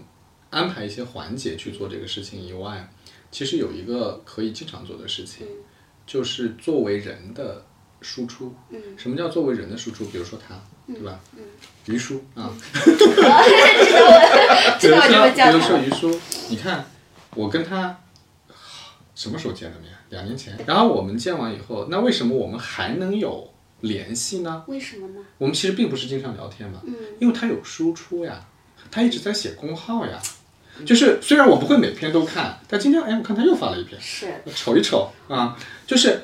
D: 安排一些环节去做这个事情以外，其实有一个可以经常做的事情，就是作为人的输出。
E: 嗯
D: 什么叫作为人的输出？比如说他，对吧？嗯，于叔啊，比
E: 知道我嗯这
D: 如
E: 么
D: 说
E: 叫
D: 比如说
E: 他。
D: 于叔，你看我跟他什么时候见的面？两年前。然后我们见完以后，那为什么我们还能有联系呢？
E: 为什么呢？
D: 我们其实并不是经常聊天嘛，
E: 嗯
D: 因为他有输出呀，他一直在写公号呀。就是虽然我不会每篇都看，但今天哎，我看他又发了一篇，
E: 是
D: 瞅一瞅啊、就是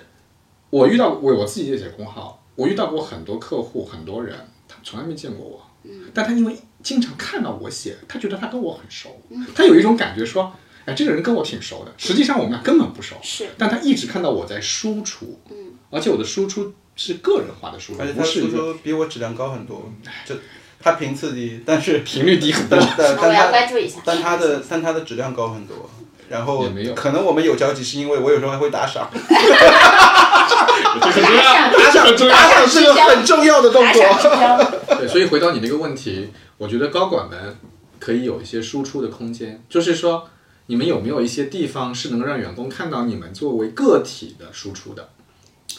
D: 我遇到我我自己也写公号，我遇到过很多客户，很多人，他从来没见过我，但他因为经常看到我写，他觉得他跟我很熟，他有一种感觉说，哎，这个人跟我挺熟的，实际上我们俩根本不熟，
E: 是
D: 但他一直看到我在输出，
E: 嗯
D: 而且我的输出是个人化的输出，
A: 而且
D: 不
A: 他
D: 是
A: 输
D: 一个
A: 出比我质量高很多，就他频次低，但是
D: 频率低很多
A: 但。但
E: 我
A: 但
E: 要
A: 他
E: 关注一下
A: 但他的但他的质量高很多。然后
D: 也没有
A: 可能我们有交集，是因为我有时候还会打赏，
E: 打赏
A: 打赏打赏是个很重要的动
E: 打赏之
A: 作。
E: 交，
D: 对，所以回到你那个问题，我觉得高管们可以有一些输出的空间，就是说，你们有没有一些地方是能让员工看到你们作为个体的输出的？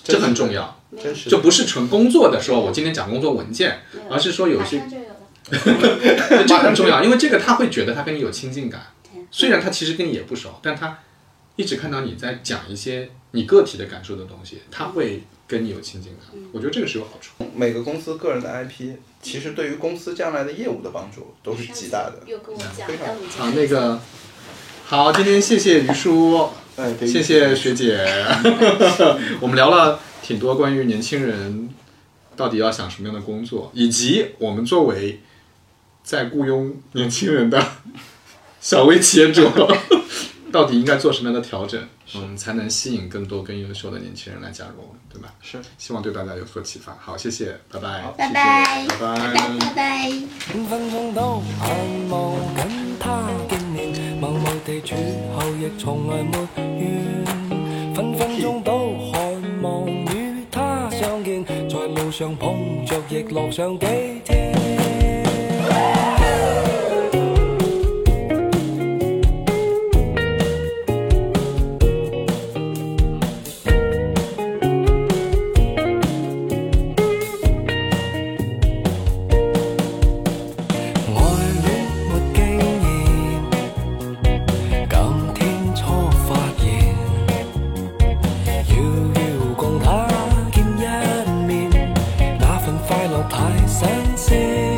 D: 这很重要，
A: 真是的
D: 就不是纯工作的说，我今天讲工作文件，而是说有一
E: 马
D: 些
E: 上就有了。
D: 对这个很重要，因为这个他会觉得他跟你有亲近感
E: 对，
D: 虽然他其实跟你也不熟，但他一直看到你在讲一些你个体的感受的东西，他会跟你有亲近感。
A: 嗯
D: 我觉得这个是有好处。
A: 每个公司个人的 IP，其实对于公司将来的业务的帮助都是极大的。
E: 又跟我讲，
A: 非常
E: 但我
D: 好，啊那个好，今天谢谢于叔，
A: 哎，给予
D: 谢谢学姐，我们聊了挺多关于年轻人到底要想什么样的工作，以及我们作为在雇佣年轻人的 小微企业主， 到底应该做什么样的调整，嗯，才能吸引更多更优秀的年轻人来加入我们，对吧？
A: 是。
D: 希望对大家有所启发。好，谢谢，拜拜，
E: 拜拜，
D: 拜拜。
E: 拜拜。
B: 五分鐘都盼望緊他經年，默默地轉後亦從來沒怨。分分鐘都渴望與他相見，在路上碰着亦樂上幾天。愛戀沒經驗，今天初發現，遙遙共他見一面，那份快樂太新鮮。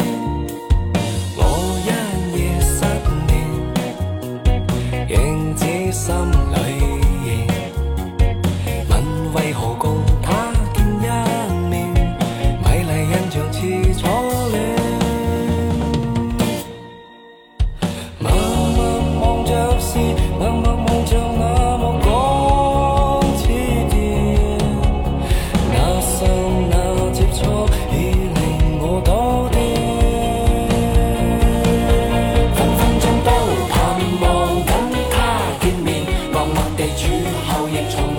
B: 我一夜失眠，仍只心裏現。問為何共他見一面，美麗印象似初戀。默默望着是，默默望着那目光似電，那剎那接觸已令我倒跌。分分鐘都盼望等他見面，默默地處後亦從來